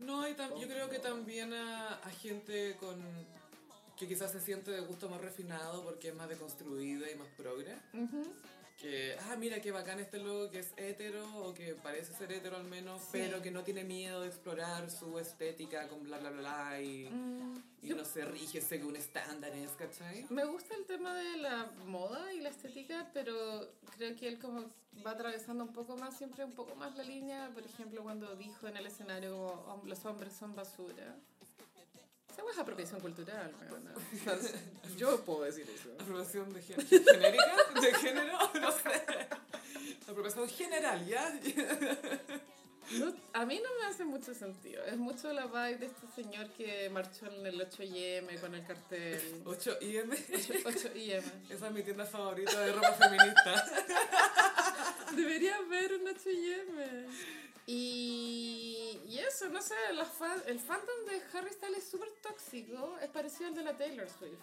A: No, y tam- yo creo que también a, a gente con que quizás se siente de gusto más refinado porque es más deconstruida y más progre.
B: Ujú.
A: Que, ah, mira qué bacán este logo que es hetero o que parece ser hetero al menos,
B: Sí.
A: pero que no tiene miedo de explorar su estética con bla bla bla, bla y,
B: Mm,
A: y
B: yo-
A: no se rige según estándares, ¿cachai?
B: Me gusta el tema de la moda y la estética, pero creo que él como va atravesando un poco más, siempre un poco más la línea, por ejemplo, cuando dijo en el escenario "Hom- los hombres son basura. Esa hueá es apropiación cultural, weona. O sea, Yo puedo decir eso.
A: Aprobación de género. ¿Genérica? ¿De género? No sé. Aprobación general, ¿ya?
B: No- a mí no me hace mucho sentido. Es mucho la vibe de este señor que marchó en el 8IM con el cartel
A: 8IM.
B: 8IM.
A: Esa es mi tienda favorita de ropa feminista.
B: Debería haber un H&M. Y, y eso, no sé, las fan- el fandom de Harry Styles es súper tóxico, es parecido al de la Taylor Swift.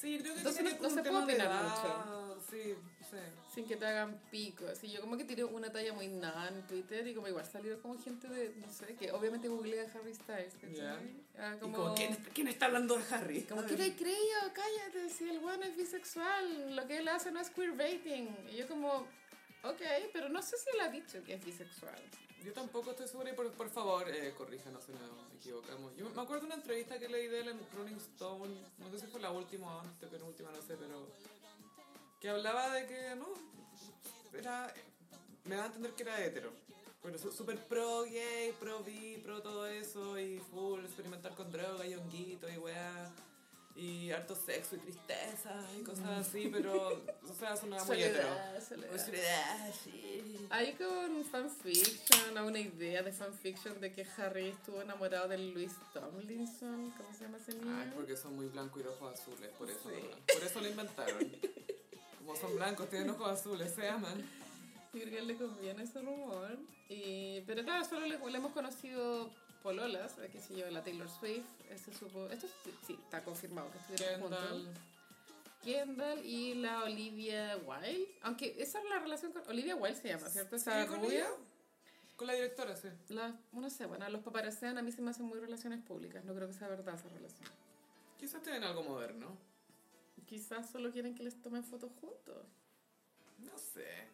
A: Sí, yo creo que
B: Entonces
A: tiene
B: no- no
A: un
B: se
A: tema
B: puede
A: de
B: opinar
A: edad. Sí, sí.
B: Sin que te hagan pico. Así, yo como que tiré una talla muy nada en Twitter y como igual salió como gente de, no sé, que obviamente googlea Harry Styles. ¿cachai?
A: Ya.
B: Ah,
A: Y como, ¿quién, quién está hablando de Harry?
B: Como que te creído, cállate, si el bueno es bisexual, lo que él hace no es queerbaiting. Y yo como, ok, pero no sé si él ha dicho que es bisexual.
A: Yo tampoco estoy segura y por, por favor, eh, corríjanos si nos equivocamos. Yo me acuerdo de una entrevista que leí de él en Rolling Stone, no sé si fue la última o antes, penúltima, no sé, pero... Que hablaba de que, no, era... Me da a entender que era hetero. Pero su- súper pro gay, pro bi, pro todo eso, y full experimentar con droga y honguito y weá. Y harto sexo y tristeza y cosas así, pero, o sea, sonaba Ah, muy hetero. Pues
B: Soledad, soledad.
A: Muy Mm. soledad, sí.
B: Hay con fanfiction, a una idea de fanfiction de que Harry estuvo enamorado de Louis Tomlinson, ¿cómo se llama ese niño?
A: Ay, Ah, porque son muy blancos y de ojos azules, por eso,
B: Mm. Sí.
A: nomás. por eso lo inventaron. Como son blancos, tienen ojos azules, se aman.
B: Yo creo que a él le conviene ese rumor. Y, pero claro, solo le, le hemos conocido pololas, eh, qué sé yo, la Taylor Swift, ese supo, esto sí, sí, está confirmado que estuvieron juntos.
A: Kendall,
B: Kendall y la Olivia Wilde, aunque esa es la relación con Olivia Wilde se llama, ¿cierto? Esa
A: Sí, con
B: rubia.
A: ella. con la directora, sí.
B: La- no sé, bueno, los paparacean a mí se me hacen muy relaciones públicas, no creo que sea verdad esa relación.
A: Quizás tienen algo moderno.
B: Quizás solo quieren que les tomen fotos juntos.
A: No sé.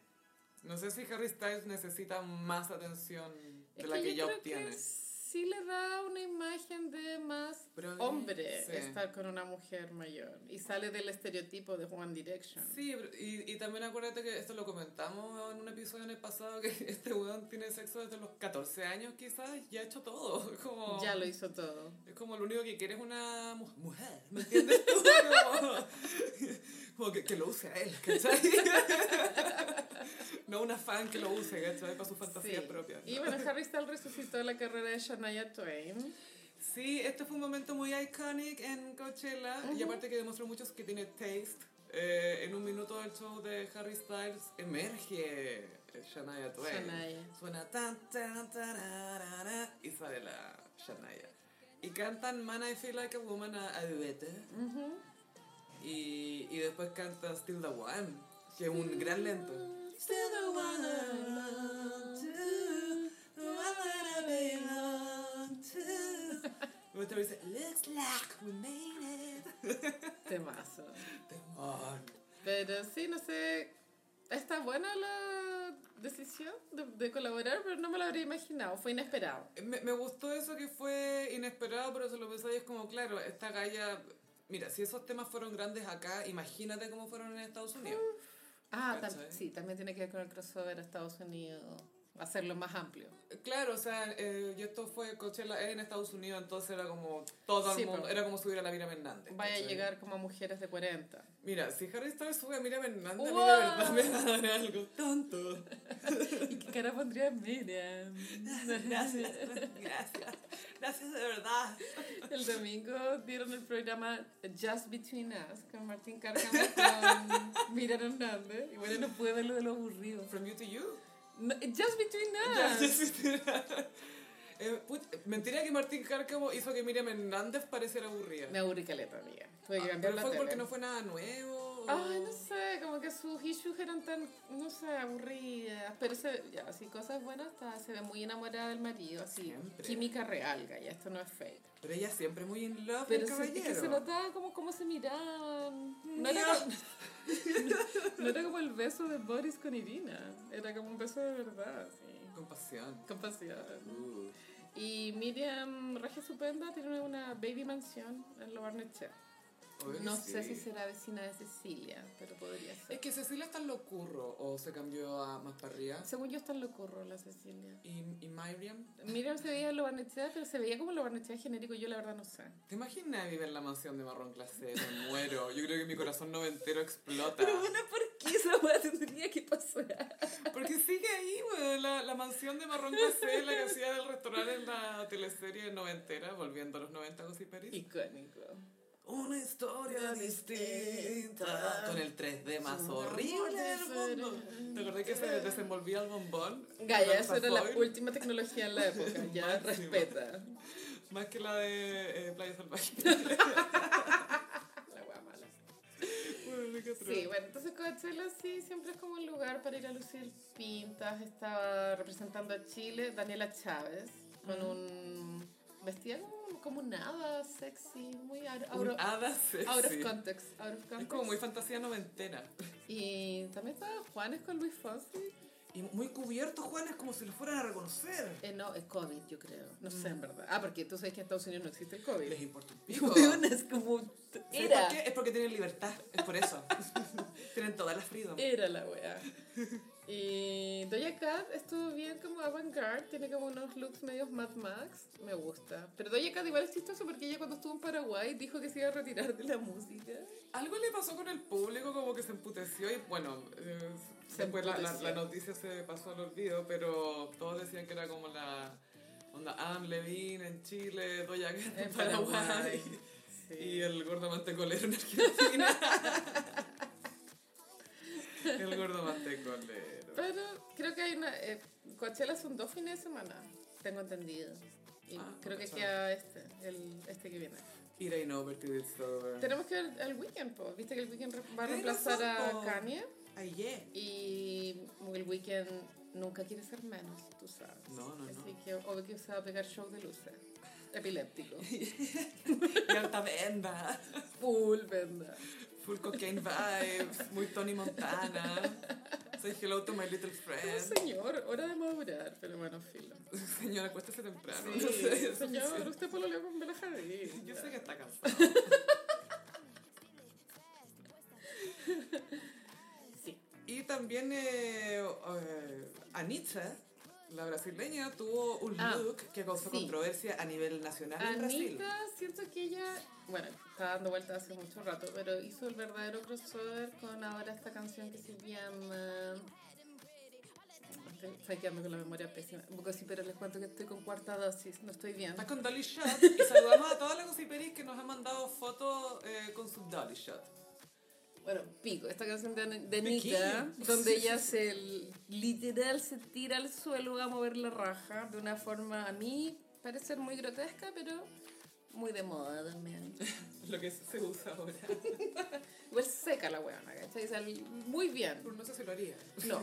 A: No sé si Harry Styles necesita más atención de
B: Es
A: la que ya
B: creo
A: obtiene.
B: Que sí le da una imagen de más
A: Pero-
B: hombre
A: sí.
B: estar con una mujer mayor. Y sale del estereotipo de One Direction.
A: Sí, pero- y, y también acuérdate que esto lo comentamos en un episodio en el pasado, que este weón tiene sexo desde los 14 años quizás, y ha hecho todo. Como...
B: Ya lo hizo todo.
A: Es como lo único que quiere es una mu- mujer, ¿me entiendes tú? Como, como que, que lo use a él, ¿cachai? No una fan que lo use, ¿cachai? Para sus fantasías
B: Sí.
A: propias.
B: Y bueno, Harry Styles resucitó la carrera de Shania Twain.
A: Sí, este fue un momento muy iconic en Coachella y aparte que demostró muchos que tiene taste. Eh, en un minuto del show de Harry Styles emerge Shania Twain.
B: Shania.
A: Suena tan tan tararara, y sale la Shania. Y cantan Man I Feel Like a Woman a, a dueto.
B: Ujú.
A: Y, y después canta Still the One, que es un gran lento. Still the one I belong to, the one that I belong to. Y otra vez dice, looks like we made it.
B: Temazo.
A: Temón.
B: Pero sí, no sé. Está buena la decisión de, de colaborar, pero no me lo habría imaginado. Fue inesperado.
A: Me, me gustó eso que fue inesperado, pero se lo pensáis es como, claro, esta galla... Mira, si esos temas fueron grandes acá, imagínate cómo fueron en Estados Unidos.
B: Ah, tam-
A: ¿Cachai?
B: sí, también tiene que ver con el crossover a Estados Unidos. Hacerlo más amplio.
A: Claro, o sea, eh, y esto fue Coachella en Estados Unidos, entonces era como todo el
B: Sí,
A: mundo,
B: pero-
A: era como subir a la Miriam Hernández.
B: Vaya a
A: ¿cachai?
B: llegar como a mujeres de 40.
A: Mira, si Harry Styles sube a Miriam Hernández, a mí
B: ¡Wow!
A: de verdad me va a dar algo tanto.
B: ¿Y qué cara pondría Miriam?
A: gracias, gracias de verdad.
B: El domingo dieron el programa Just Between Us con Martín Cárcamo y con Miriam Hernández. Y bueno, no pude verlo de lo aburrido.
A: From you to you.
B: No, Just Between
A: Ya, ya
B: Us.
A: sí, tira. Eh, put- mentira que Martín Cárcamo hizo que Miriam Hernández pareciera aburrida.
B: Me aburrí caleta, amiga. Tuve
A: Ah,
B: que cambiar
A: pero
B: la
A: fue porque
B: tele.
A: no fue nada nuevo.
B: Ay, no sé, como que sus issues eran tan, no sé, aburridas. Pero se, ya, así cosas buenas, está, se ve muy enamorada del marido, así.
A: Siempre.
B: Química real, ya, esto no es fake.
A: Pero ella siempre muy in love
B: Pero
A: el
B: se,
A: caballero.
B: es que se notaba como cómo se miraban. No era, como, no era como el beso de Boris con Irina, era como un beso de verdad, sí.
A: Con pasión.
B: Con pasión. Y Miriam Regia Supenda tiene una baby mansión en Lo Barnechea.
A: Obvio que
B: No sé
A: sí.
B: si será vecina de Cecilia, pero podría ser.
A: Es que Cecilia está en lo curro o se cambió a más para arriba.
B: Según yo está en lo curro la Cecilia.
A: Y, y Miriam.
B: Miriam se veía en lo barnechea, pero se veía como lo barnechea genérico, yo la verdad no sé.
A: ¿Te imaginas vivir en la mansión de Marrón Clase? Me muero. Yo creo que mi corazón noventero explota.
B: ¿por qué esa weá tendría que pasar?
A: Porque sigue ahí, güey, la, la mansión de Marrón Clase, la que hacía del restaurante en la teleserie noventera, volviendo a los 90 Gossip Peris.
B: Icónico.
A: Una historia distinta. Con el 3D más
B: Es un
A: horrible del
B: amor
A: mundo.
B: diferente.
A: ¿Te acordás que se desenvolvía el bombón?
B: Gaya,
A: El
B: eso era la
A: alfajor,
B: última tecnología en la época, ya
A: Máximo.
B: respeta.
A: Más que la de eh, Playa Salvaje.
B: La weá mala.
A: Bueno, qué atroz.
B: Sí, bueno, entonces Coachella sí siempre es como un lugar para ir a lucir pintas. Estaba representando a Chile Daniela Chávez con un vestida como, como nada sexy, muy out, out
A: Un
B: of,
A: hada sexy.
B: out of context. out of
A: Es
B: context.
A: como muy fantasía noventera.
B: Y también estaba Juanes con Luis Fonsi.
A: Y muy cubierto, Juan, es como si lo fueran a reconocer.
B: Eh, no, es COVID, yo creo. No sé, en verdad. Ah, porque tú sabes que en Estados Unidos no existe el COVID.
A: Les importa un pico.
B: Weón, es como...
A: ¿Sabes
B: Era.
A: por qué? Es porque tienen libertad, es por eso. tienen toda la freedom.
B: Era la weá. Y Doja Cat estuvo bien como avant-garde, tiene como unos looks medios Mad Max, me gusta. Pero Doja Cat igual es chistoso porque ella cuando estuvo en Paraguay dijo que se iba a retirar de la música.
A: Algo le pasó con el público, como que se emputeció y bueno, eh,
B: Se
A: después la, la-
B: emputeció.
A: la noticia se pasó al olvido, pero todos decían que era como la onda Adam Levine en Chile, Doña Cat en
B: En
A: Paraguay,
B: Paraguay.
A: y el gordo mantecolero en Argentina. el gordo mantecolero.
B: Pero creo que hay una... eh, Coachella son dos fines de semana, tengo entendido. Y
A: Ah,
B: creo que
A: cachai.
B: queda este, el, este que viene.
A: It ain't over till it's over.
B: Tenemos que ver el weekend, po. ¿viste que el weekend re- va a
A: Tienes
B: reemplazar
A: razón,
B: a
A: po.
B: Kanye?
A: Ay, yeah.
B: Y el weekend nunca quiere ser menos, tú sabes.
A: No, no, no.
B: Así que obvio que se va a pegar show de luces. Epiléptico.
A: Y alta venda.
B: Full venda.
A: Full cocaine vibes, muy Tony Montana. Say hello to my little friend.
B: Un señor, hora de madurar, pero bueno, filo.
A: Señora, acuéstese temprano.
B: Sí,
A: No sé, es
B: señor,
A: suficiente.
B: usted por lo leo con Bela Hadid.
A: Yo
B: Ya.
A: sé que está cansado.
B: Sí.
A: Y también eh, eh, Anita, la brasileña, tuvo un
B: Ah,
A: look que causó
B: sí.
A: controversia a nivel nacional en Brasil.
B: Anita, siento que ella, bueno, está dando vueltas hace mucho rato, pero hizo el verdadero crossover con ahora esta canción que se llama... Estoy- Estoy quedando con la memoria pésima. Un poco sí, pero les cuento que estoy con cuarta dosis, no estoy bien.
A: Estás con Dolly Shot y saludamos a todas las gossiperis que nos han mandado fotos eh, con su Dolly Shot.
B: Bueno, pico, esta canción de, de
A: Pequeño.
B: Anita, donde ella se literal se tira al suelo a mover la raja de una forma a mí parecer muy grotesca, pero muy de moda también.
A: Lo que se usa ahora.
B: Igual seca la weona, ¿cachai? Sal- Muy bien.
A: Pero No sé si lo haría.
B: No,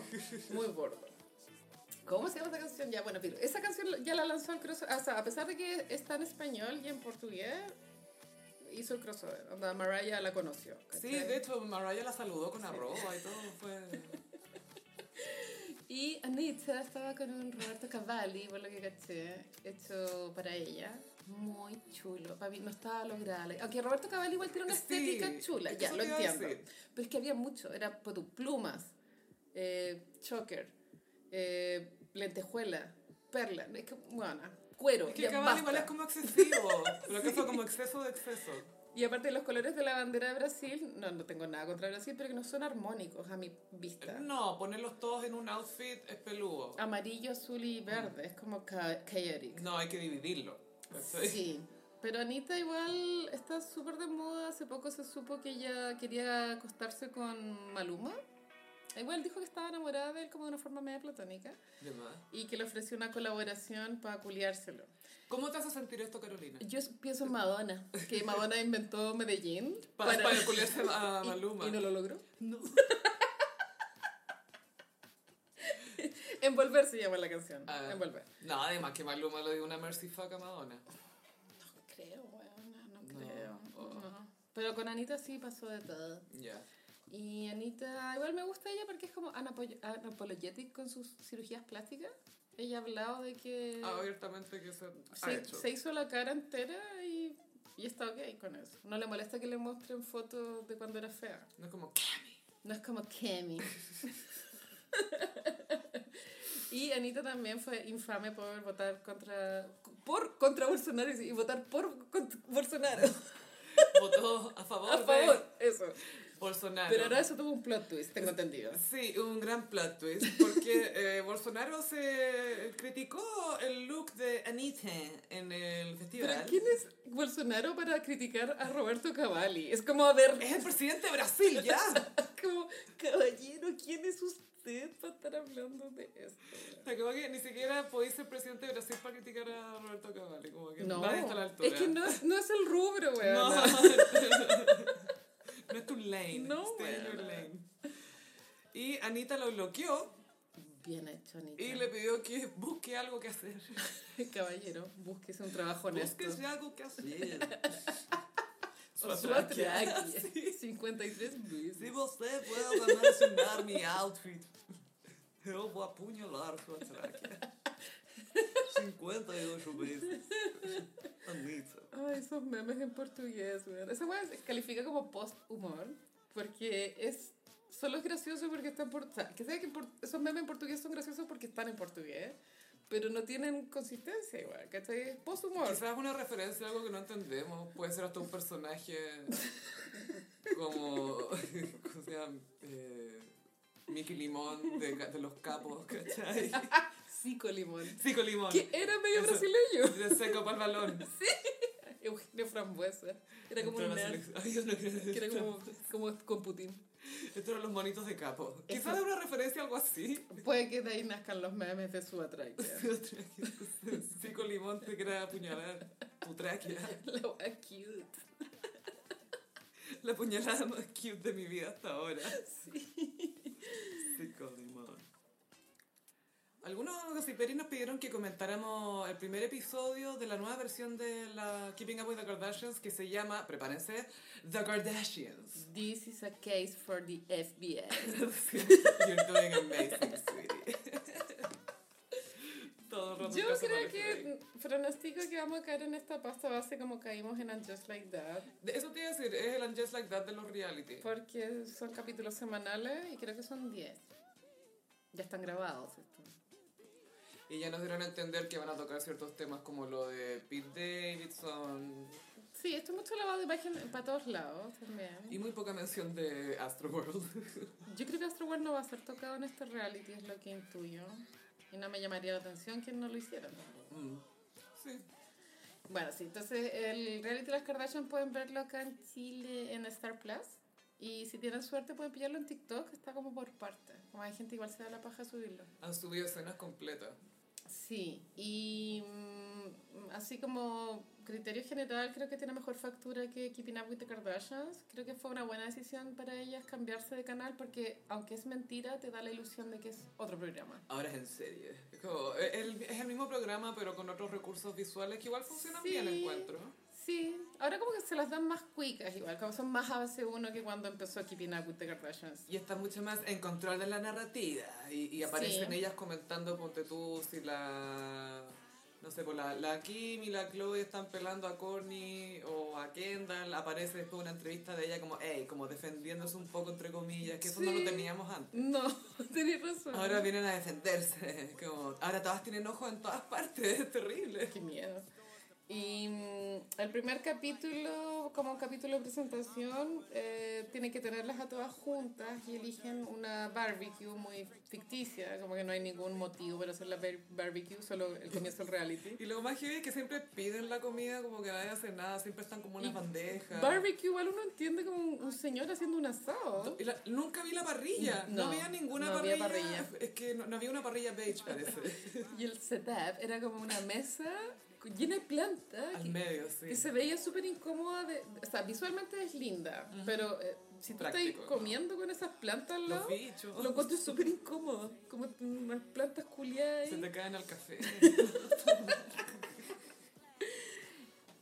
B: muy gordo. ¿Cómo se llama esta canción? Ya, bueno, pero esa canción ya la lanzó el crossover. O sea, a pesar de que está en español y en portugués, hizo el crossover, onda Mariah la conoció. ¿cachai?
A: Sí, de hecho, Mariah la saludó con arroba y todo. Fue...
B: Y Anita estaba con un Roberto Cavalli, por lo que caché, hecho para ella. Muy chulo. Para mí no estaba lograda. la- Aunque Roberto Cavalli igual tiene una
A: Sí,
B: estética chula,
A: es que
B: ya,
A: eso
B: lo
A: te iba a
B: entiendo.
A: decir.
B: Pero es que había mucho. Era por tus plumas, eh, choker, eh, lentejuela, perla. Es que, bueno, cuero.
A: Es que
B: ya,
A: el cabal
B: basta.
A: igual es como excesivo. Pero que fue como exceso de exceso.
B: Y aparte los colores de la bandera de Brasil, no, no tengo nada contra Brasil, pero que no son armónicos a mi vista.
A: No, ponerlos todos en un outfit es peludo.
B: Ah, Amarillo, azul y verde, es como ca- chaotic.
A: No, hay que dividirlo. ¿cachai?
B: Sí, pero Anita igual está súper de moda. Hace poco se supo que ella quería acostarse con Maluma. Igual dijo que estaba enamorada de él como de una forma media platónica
A: De más.
B: y que le ofreció una colaboración para culiárselo.
A: ¿Cómo te hace sentir esto, Carolina?
B: Yo pienso en Madonna, que Madonna inventó Medellín
A: Pa- Para, culiarse a a
B: y-
A: Maluma.
B: Y, no lo logró.
A: No.
B: Envolver se llama la canción.
A: Ah.
B: Envolver.
A: No, además que Maluma le dio una mercy fuck a Madonna.
B: No creo, weona, no
A: No.
B: creo.
A: Oh.
B: No. Pero con Anita sí pasó de todo.
A: Ya.
B: Y Anita, igual me gusta ella porque es como anapo- anapologetic con sus cirugías plásticas. Ella ha hablado de que
A: Ah, Abiertamente que se ha
B: se,
A: hecho.
B: se hizo la cara entera y, y está ok con eso. No le molesta que le muestren fotos de cuando era fea.
A: No es como...
B: No es como Kemi. y Anita también fue infame por votar contra por contra Bolsonaro y y votar por cont- Bolsonaro.
A: Votó a favor,
B: A
A: de
B: favor, eso.
A: Bolsonaro.
B: Pero ahora eso tuvo un plot twist, tengo entendido.
A: Sí, un gran plot twist, porque eh, Bolsonaro se criticó el look de Anita en el
B: ¿Pero
A: festival.
B: quién es Bolsonaro para criticar a Roberto Cavalli? Es como, a ver,
A: Es el presidente de Brasil, ya.
B: como, caballero, ¿quién es usted para estar hablando de esto?
A: Pero como que ni siquiera podéis ser presidente de Brasil para criticar a Roberto Cavalli, como que
B: No,
A: nadie está a la altura.
B: es que no es, no es el rubro, weón.
A: No, No es tu lane.
B: No,
A: stay in your
B: weona.
A: lane. Y Anita lo bloqueó
B: Bien hecho, Anita.
A: y le pidió que busque algo que hacer.
B: Caballero, búsquese un trabajo honesto.
A: Busque algo que hacer.
B: Su
A: atraque.
B: atraque. 53
A: Si
B: veces.
A: você puede mencionar mi outfit, yo voy a apunhalar su tráquea. 58 veces. Anita.
B: Ay, esos memes en portugués, weón. Esa weón se califica como post-humor porque es... Solo es gracioso porque están por... O sea, que sea que en por- esos memes en portugués son graciosos porque están en portugués, pero no tienen consistencia igual, ¿cachai? Es post-humor.
A: Quizás una referencia a algo que no entendemos. Puede ser hasta un personaje como. ¿Cómo se llama? Eh, Mickey Limón de, de los capos, ¿cachai?
B: Cico Limón.
A: Cico Limón.
B: Que era medio
A: Eso.
B: brasileño.
A: De seco para el balón.
B: Eugenio Frambuesa. Era como
A: Entró
B: un
A: a la
B: nerd.
A: selección. Ay, yo no creo
B: Que era
A: esto.
B: como, como con Putin.
A: Estos eran los monitos de capo.
B: Eso.
A: Quizás una referencia a algo así.
B: Puede que de ahí nazcan los memes de su atraque.
A: Sí, con limón te quería apuñalar tu tráquea.
B: La wea cute.
A: La puñalada más cute de mi vida hasta ahora.
B: Sí.
A: Sí, con limón. Algunos gossiperis nos pidieron que comentáramos el primer episodio de la nueva versión de la Keeping Up with the Kardashians que se llama, prepárense, The Kardashians.
B: This is a case for the FBI.
A: Sí, You're doing amazing, sweetie. Todo el rato en
B: Yo
A: casa
B: creo
A: parece ahí.
B: que pronostico que vamos a caer en esta pasta base como caímos en And Just Like That,
A: De- Eso te iba a decir, es el And Just Like That de los reality.
B: porque son capítulos semanales y creo que son 10. Ya están grabados esto.
A: Y ya nos dieron a entender que van a tocar ciertos temas como lo de Pete Davidson
B: Sí, esto es mucho lavado de imagen para todos lados
A: y
B: también.
A: muy poca mención de Astroworld.
B: Yo creo que Astroworld no va a ser tocado en este reality, es lo que intuyo. Y no me llamaría la atención que no lo hicieran.
A: Mm. Sí.
B: Bueno, sí, entonces el reality de las Kardashian pueden verlo acá en Chile en Star Plus. Y si tienen suerte pueden pillarlo en TikTok, está como por parte. Como hay gente que igual se da la paja de subirlo.
A: Han subido escenas completas.
B: Sí, y mm, así como criterio general, creo que tiene mejor factura que Keeping Up with the Kardashians. Creo que fue una buena decisión para ellas cambiarse de canal porque, aunque es mentira, te da la ilusión de que es otro programa.
A: Ahora es eh, en serie. Es, como- es el, es el mismo programa pero con otros recursos visuales que igual funcionan
B: Sí.
A: bien, encuentro.
B: Sí, ahora como que se las dan más cuicas igual, como son más a veces uno que cuando empezó Keeping Up with the Kardashians.
A: Y está mucho más en control de la narrativa. Y, y aparecen
B: Sí.
A: ellas comentando, ponte tú, si la... No sé, pues la, la Kim y la Chloe están pelando a Corny o a Kendall. Aparece después una entrevista de ella como, hey, como defendiéndose un poco, entre comillas, que eso no lo
B: Sí.
A: teníamos antes.
B: No, tenés razón.
A: Ahora vienen a defenderse. Como, ahora todas tienen ojos en todas partes, es terrible.
B: Qué miedo. Y mm, el primer capítulo, como capítulo de presentación, eh, tiene que tenerlas a todas juntas y eligen una barbecue muy ficticia, como que no hay ningún motivo para hacer la bar- barbecue, solo el comienzo del reality.
A: Y lo más heavy es que siempre piden la comida como que nadie hace nada, siempre están como unas
B: Y
A: bandejas.
B: Barbecue, igual uno entiende como un, un señor haciendo un asado.
A: Y la- nunca vi la parrilla, no,
B: Mm, No,
A: había ninguna
B: no
A: parrilla.
B: había
A: Es que no, no había una parrilla beige, parece.
B: Y el setup era como una mesa con- llena de plantas
A: Al
B: que,
A: medio, sí.
B: que se veía súper incómoda. de- o sea, visualmente es linda, pero eh, si tú
A: Práctico,
B: estás
A: ¿no?
B: comiendo con esas plantas al
A: Los
B: lado,
A: bichos.
B: Lo encuentro súper incómodo, como unas plantas culiadas.
A: Se te caen al café.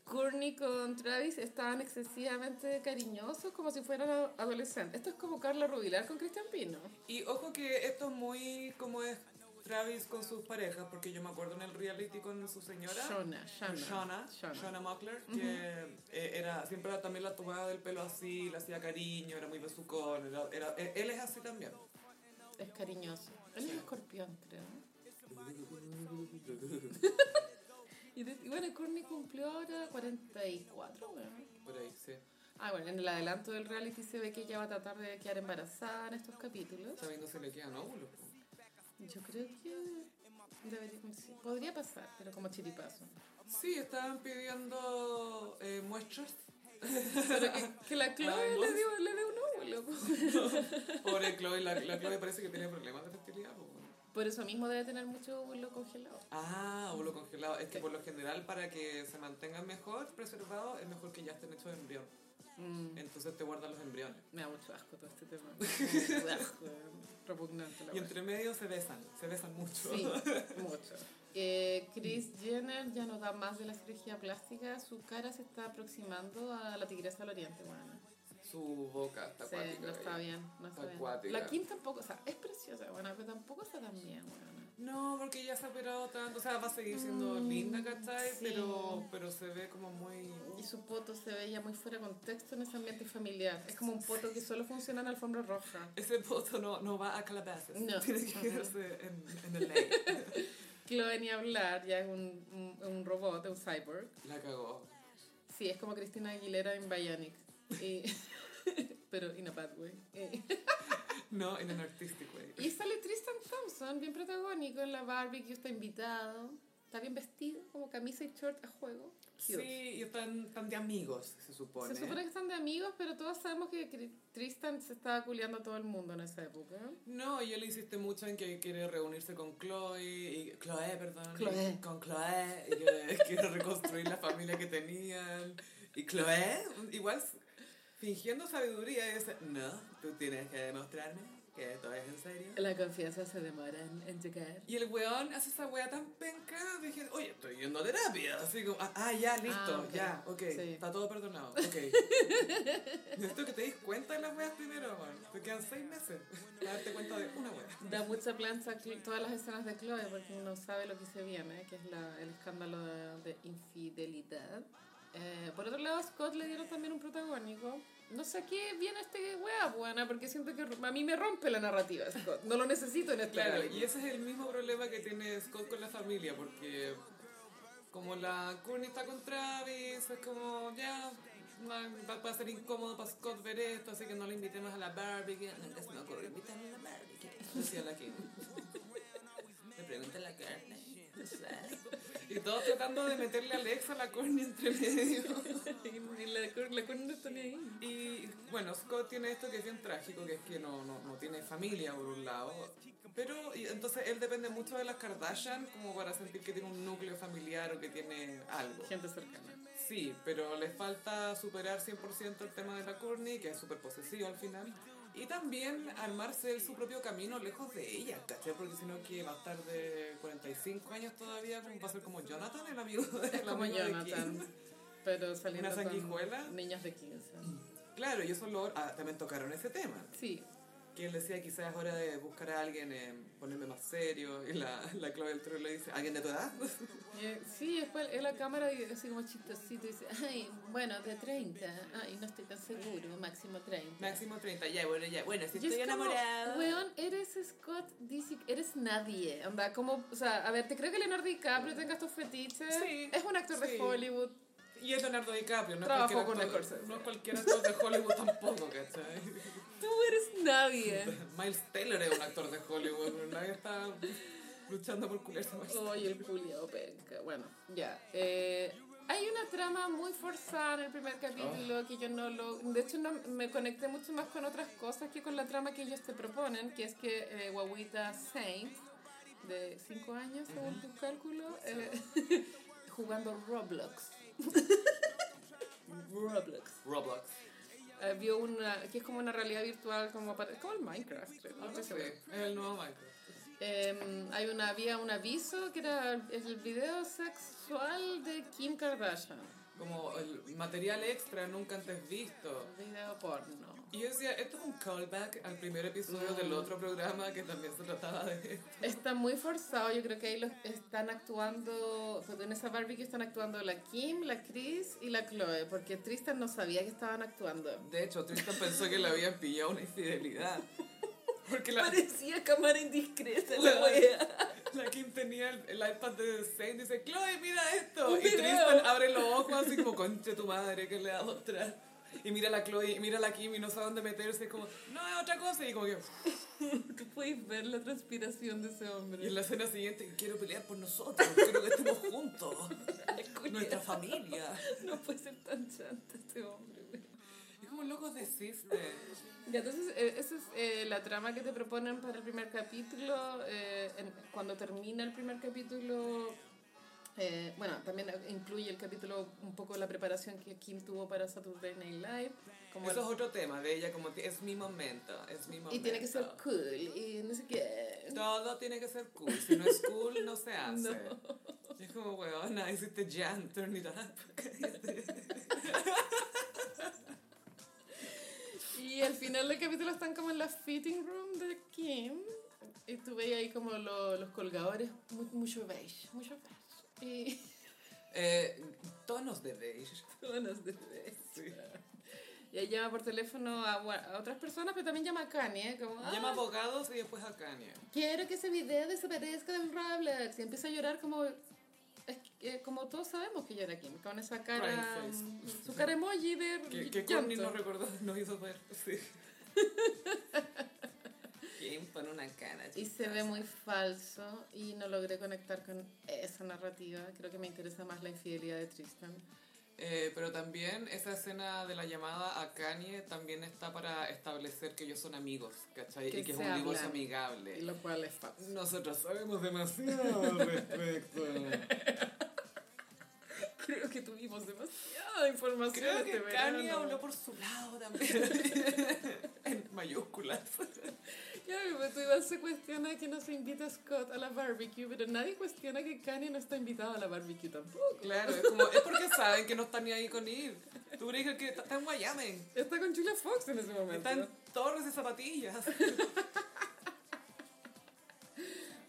B: Courtney con Travis estaban excesivamente cariñosos, como si fueran a- adolescentes. Esto es como Carla Rubilar con Cristian Pino.
A: Y ojo que esto es muy como es Travis con sus parejas, porque yo me acuerdo en el reality con su señora.
B: Shona, Shona.
A: Shona, Shona Mockler, que eh, era, siempre era también la tomaba del pelo así, le hacía cariño, era muy besucón, era, era- eh, él es así también.
B: Es cariñoso. Él es escorpión, creo. Y, de- y bueno, Courtney cumplió ahora 44, weón.
A: Por ahí, sí.
B: Ah, bueno, en el adelanto del reality se ve que ella va a tratar de quedar embarazada en estos capítulos.
A: Está viendo si le quedan óvulos. po.
B: Yo creo que debería, sí, podría pasar, pero como chiripazo.
A: Sí, estaban pidiendo eh, muestras.
B: Pero que, que la Chloe
A: Ambos.
B: le dio, le dio un óvulo. po.
A: Pobre Chloe, la, la Chloe parece que tiene problemas de fertilidad. pues, po.
B: Por eso mismo debe tener mucho óvulo congelado.
A: Ah, óvulo congelado. Es que por lo general, para que se mantengan mejor preservados, es mejor que ya estén hechos de embrión. Entonces te guardan los embriones.
B: Me da mucho asco todo este tema. Mucho asco, repugnante la
A: Y
B: wea.
A: entre medio se besan, se besan mucho.
B: Sí, mucho. Eh, Chris Jenner ya no da más de la cirugía plástica. Su cara se está aproximando a la tigresa del oriente. Bueno,
A: Su boca está
B: Sí,
A: acuática.
B: no está
A: ahí.
B: bien. No está
A: Está
B: bien.
A: acuática.
B: La Kim tampoco, o sea, es preciosa, bueno, pero tampoco está tan bien. Bueno.
A: No, porque ya se ha operado tanto. O sea, va a seguir siendo
B: Mm,
A: linda, ¿cachai?
B: sí.
A: Pero, pero se ve como muy.
B: Y su poto se veía muy fuera de contexto en ese ambiente familiar. Es como un poto que solo funciona en la alfombra roja.
A: Ese poto no, no va a Calabasas.
B: No.
A: Tiene que
B: Ajá.
A: quedarse en, en el lake.
B: Chloe ni hablar, ya es un, un, un robot, un cyborg.
A: La cagó.
B: Sí, es como Cristina Aguilera en Bionic. Y- pero in a bad way. Eh,
A: No, en eh. an artistic way.
B: Y sale Tristan Thompson, bien protagónico en la barbecue, está invitado. Está bien vestido, como camisa y short a juego. Cute.
A: Sí, y están, están de amigos, se supone.
B: Se supone que están de amigos, pero todos sabemos que Cri- Tristan se estaba culeando a todo el mundo en esa época.
A: No, y él insiste mucho en que quiere reunirse con Chloe, y, Chloe, perdón,
B: Chloe.
A: y con Chloe, y que quiere reconstruir la familia que tenían. Y Chloe, igual fingiendo sabiduría, dice, no, tú tienes que demostrarme que esto es en serio.
B: La confianza se demora en, en llegar.
A: Y el weón hace esa wea tan penca, dije, oye, estoy yendo a terapia. Así como, ah, ah, ya, listo,
B: Ah, ok.
A: ya, ok,
B: Sí.
A: está todo perdonado, ok. Necesito que te des cuenta de las weas primero, weón. Te quedan seis meses para darte cuenta de una wea.
B: Da mucha plancha Cl- todas las escenas de Chloe porque uno sabe lo que se viene, que es la- el escándalo de, de infidelidad. Eh, por otro lado, a Scott le dieron también un protagónico. No sé a qué viene este weá buena, porque siento que ro- a mí me rompe la narrativa, Scott. No lo necesito en este
A: Claro,
B: reality.
A: y ese es el mismo problema que tiene Scott con la familia, porque como la Courtney está con Travis, es como, ya, ma- va, va a ser incómodo para Scott ver esto, así que no le invitemos a la barbecue. Nunca se me ocurrió invitarme a la barbecue, decía la Kim. Le pregunta la Courtney. Y todos tratando de meterle a Alexa a la Courtney entre medio.
B: Y la, cor- la corneta está ni ahí.
A: Y bueno, Scott tiene esto que es bien trágico, que es que no, no, no tiene familia por un lado. Pero y entonces él depende mucho de las Kardashian como para sentir que tiene un núcleo familiar o que tiene algo.
B: Gente cercana.
A: Sí, pero le falta superar 100% el tema de la Courtney, que es súper posesivo al final. Y también armarse él su propio camino lejos de ella, ¿cachai? Porque si no, que va a estar de 45 años todavía, como va a ser como Jonathan, el amigo de la
B: Como
A: amigo de
B: Jonathan.
A: Kim.
B: Pero saliendo
A: ¿Una
B: con
A: sanguijuela?
B: niños de 15.
A: Claro, y eso lo, ah, también tocaron ese tema.
B: Sí.
A: Que él decía, quizás es hora de buscar a alguien, eh, ponerme más serio. Y la, la Chloe del True le dice, ¿alguien de tu edad?
B: Y, eh, sí, después en la cámara y así como chistosito y dice, ay, bueno, de 30. Ay, no estoy tan seguro, máximo 30.
A: Máximo 30, ya, bueno, ya. Bueno, si
B: Yo
A: estoy
B: es como,
A: enamorada.
B: Weón, eres Scott Disick, eres nadie. Onda, como, o sea, a ver, te creo que Leonardo DiCaprio tenga estos fetiches.
A: Sí,
B: es un actor
A: sí.
B: de Hollywood.
A: Y es Leonardo DiCaprio, no es
B: Trabajó
A: cualquier
B: con
A: actor-
B: Scorsese.
A: No es cualquier actor de Hollywood tampoco, ¿cachai?
B: Tú eres nadie.
A: Miles Taylor es un actor de Hollywood, pero nadie está luchando por culiarse a Miles
B: Oye, el culiao penca. Bueno, ya. Eh, hay una trama muy forzada en el primer capítulo que yo no lo... De hecho, no, me conecté mucho más con otras cosas que con la trama que ellos te proponen, que es que eh, Guaguita Saint, de 5 años, según tus cálculos, eh, jugando Roblox. Roblox.
A: Roblox.
B: Eh, vio una... que es como una realidad virtual, como, para, como el Minecraft, creo. no
A: Algo
B: estoy
A: así,
B: segura.
A: es el nuevo Michael.
B: Eh, hay una, había un aviso que era el video sexual de Kim Kardashian.
A: Como el material extra nunca antes visto.
B: Video porno.
A: Y yo decía, esto es un callback al primer episodio
B: Mm.
A: del otro programa que también se trataba de esto.
B: Está muy forzado, yo creo que ahí los están actuando, pues, en esa barbecue están actuando la Kim, la Chris y la Chloe, porque Tristan no sabía que estaban actuando.
A: De hecho, Tristan pensó que le habían pillado una infidelidad. Porque la,
B: Parecía cámara indiscreta
A: Weón.
B: la wea.
A: la Kim tenía el, el iPad de Zane y dice, Chloe, mira esto.
B: Un
A: Y
B: video.
A: Tristan abre los ojos así como, conche tu madre, que le da otra. Y mira a la Chloe, y mira a la Kim y no sabe dónde meterse. Es como, no, es otra cosa. Y como que, uff.
B: Tú puedes ver la transpiración de ese
A: y en
B: hombre.
A: la escena siguiente, quiero pelear por nosotros, quiero que estemos juntos, nuestra familia.
B: No puede ser tan chanta este hombre, wea.
A: Y como locos desiste.
B: Y entonces, eh, esa es eh, la trama que te proponen para el primer capítulo. eh, en- cuando termina el primer capítulo, eh, bueno, también incluye el capítulo un poco la preparación que Kim tuvo para Saturday Night Live. Como
A: Eso es otro tema de ella, como que es mi momento, es mi momento.
B: y tiene que ser cool, y no sé qué.
A: Todo tiene que ser cool. Si no es cool, no se hace.
B: No.
A: Y es como, weona, hiciste Jan, turn it up.
B: Y al final del capítulo están como en la fitting room de Kim. Y tú veis ahí como lo- los colgadores, mu- mucho beige, mucho beige. Y
A: Eh, tonos de beige.
B: tonos de beige.
A: Sí.
B: Y ahí llama por teléfono a, gua- a otras personas, pero también llama a Kanye. Como, "Ah,
A: Llama a abogados y después a Kanye.
B: quiero que ese video desaparezca del Roblox. Y empieza a llorar como... es que, eh, como todos sabemos que llora Kim, con esa cara...
A: Crying face.
B: mm, Su cara emoji de
A: Que, que
B: llanto.
A: Courtney no recordó, no hizo ver. Sí. Kim pone una cara.
B: Y se ve muy falso y no logré conectar con esa narrativa. Creo que me interesa más la infidelidad de Tristan.
A: Eh, pero también esa escena de la llamada a Kanye también está para establecer que ellos son amigos, ¿cachai?
B: Que
A: y que es
B: se
A: un divorcio
B: hablan.
A: amigable.
B: Y lo cual es falso.
A: Nosotros sabemos demasiado al respecto.
B: Creo que tuvimos demasiada información.
A: Creo
B: este
A: que
B: verano.
A: Kanye habló por su lado también. en mayúsculas.
B: Claro, pero tú igual se cuestiona que no se invita a Scott a la barbecue, pero nadie cuestiona que Kanye no está invitado a la barbecue tampoco.
A: Claro, es, como, es porque saben que no están ni ahí con ir. Tú crees que está, está en Wyoming.
B: Está con Julia Fox en ese momento.
A: Está en torres de zapatillas.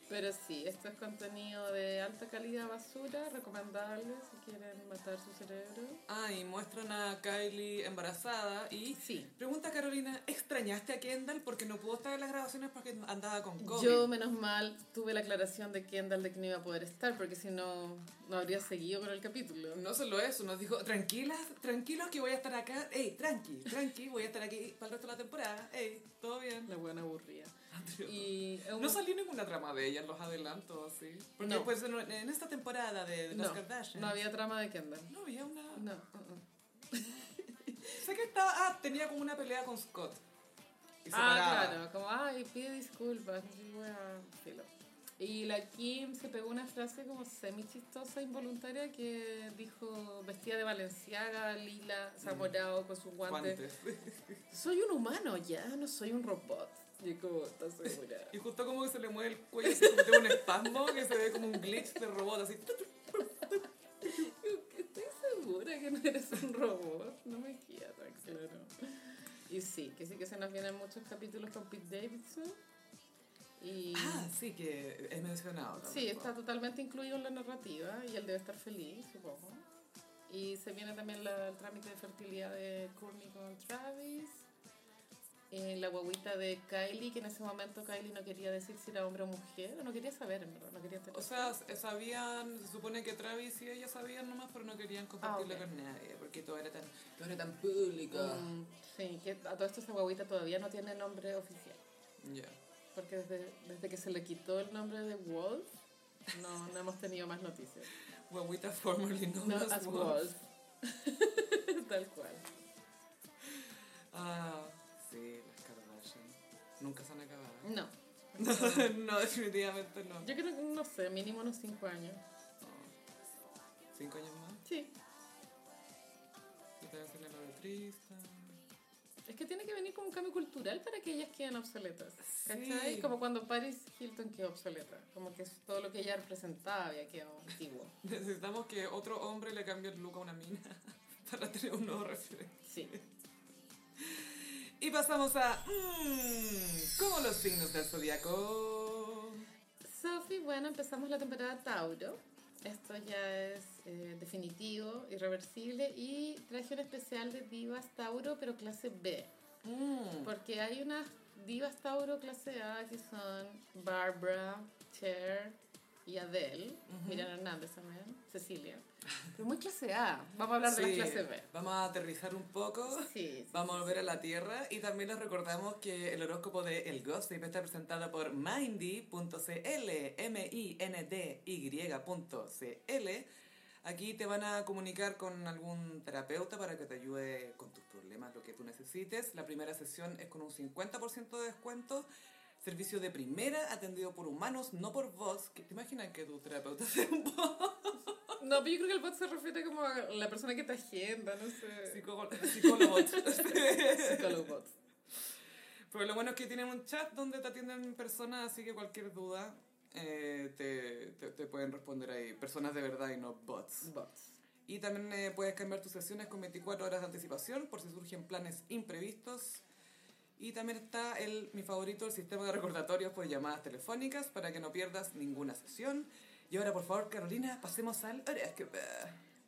B: Pero sí, esto es contenido de alta calidad basura, recomendable si quieren matar su cerebro.
A: Ah, y muestran a Kylie embarazada y...
B: Sí.
A: Pregunta a Carolina, ¿extrañaste a Kendall porque no pudo estar en las grabaciones porque andaba con COVID?
B: Yo, menos mal, tuve la aclaración de Kendall de que no iba a poder estar, porque si no, no habría seguido con el capítulo.
A: No solo eso, nos dijo, tranquilas, tranquilos que voy a estar acá. Ey, tranqui, tranqui, voy a estar aquí para el resto de la temporada. Ey, todo bien.
B: La buena aburrida. Y
A: No salió ninguna trama de ella en los adelantos, así. Porque
B: No.
A: después en, en esta temporada de, de las
B: no,
A: Kardashian.
B: no había trama de Kendall.
A: no había una...
B: No, uh-uh.
A: Sé que estaba... Ah, tenía como una pelea con Scott. Y se
B: Ah,
A: paraba.
B: claro, como, ay, pide disculpas, no sé, wea, filo. Y la Kim se pegó una frase como semi chistosa, involuntaria, que dijo, vestida de valenciaga, lila,
A: Mm.
B: zamorado, con sus guantes.
A: Guantes.
B: Soy un humano ya, no soy un robot. Y como, ¿estás segura?
A: Y justo como que se le mueve el cuello, se como tiene un espasmo que se ve como un glitch de robot, así.
B: Estoy segura que que no eres un robot. No me queda tan claro. Y sí, que sí que se nos vienen muchos capítulos con Pete Davidson. Y
A: Ah, sí, que he mencionado.
B: sí,
A: también,
B: está totalmente incluido en la narrativa y él debe estar feliz, supongo. Y se viene también la- el trámite de fertilidad de Courtney con Travis. Eh, la guaguita de Kylie, que en ese momento Kylie no quería decir si era hombre o mujer, o no quería saber, en verdad, no quería
A: po.
B: tener-
A: O sea, s- sabían, se supone que Travis y ella sabían nomás, pero no querían compartirlo
B: Ah, ok.
A: con nadie, porque todo era tan, todo era tan público.
B: Mm, sí, que a todo esto esa guaguita todavía no tiene nombre oficial. Mm.
A: Ya.
B: Porque desde, desde que se le quitó el nombre de Wolf, no, no hemos tenido más noticias.
A: Guaguita formerly known
B: No,
A: as
B: as
A: Wolf.
B: Wolf. Tal cual.
A: Ah, sí, las Kardashian. Nunca se han acabado.
B: No.
A: No, definitivamente no.
B: Yo creo que, no sé, mínimo unos 5 años.
A: No. Cinco años más.
B: Sí.
A: Y también tiene la de Tristan.
B: Es que tiene que venir como un cambio cultural para que ellas queden obsoletas. ¿Cachai?
A: Sí.
B: Como cuando Paris Hilton quedó obsoleta. Como que todo lo que ella representaba había quedado antiguo.
A: Necesitamos que otro hombre le cambie el look a una mina para tener un nuevo referente.
B: Sí.
A: Y pasamos a. Mmm, ¿Cómo los signos del zodiaco?
B: Sophie, bueno, empezamos la temporada Tauro. Esto ya es eh, definitivo, irreversible. Y traje un especial de divas Tauro, pero clase B.
A: Mmm.
B: Porque hay unas divas Tauro clase A que son Barbara, Cher y Adele. Miriam Hernández también, Cecilia. Pero muy clase A. Vamos a hablar de la clase B.
A: Vamos a aterrizar un poco.
B: Sí, sí.
A: Vamos a volver a la Tierra y también les recordamos que el horóscopo de El Gossip está presentado por mindy.cl, M-I-N-D-Y.cl. Aquí te van a comunicar con algún terapeuta para que te ayude con tus problemas, lo que tú necesites. La primera sesión es con un 50% de descuento. Servicio de primera atendido por humanos, no por bots. ¿Te imaginas que tu terapeuta sea un bot?
B: No, pero yo creo que el bot se refiere como a la persona que te agenda, no sé.
A: Psicólogo. psicólogo.
B: Psicólogo bot.
A: Pero lo bueno es que tienen un chat donde te atienden personas, así que cualquier duda eh, te, te- te pueden responder ahí. Personas de verdad y no bots.
B: Bots.
A: Y también eh, puedes cambiar tus sesiones con 24 horas de anticipación por si surgen planes imprevistos. Y también está el, mi favorito, el sistema de recordatorios por llamadas telefónicas para que no pierdas ninguna sesión. Y ahora, por favor, Carolina, pasemos al horóscopo.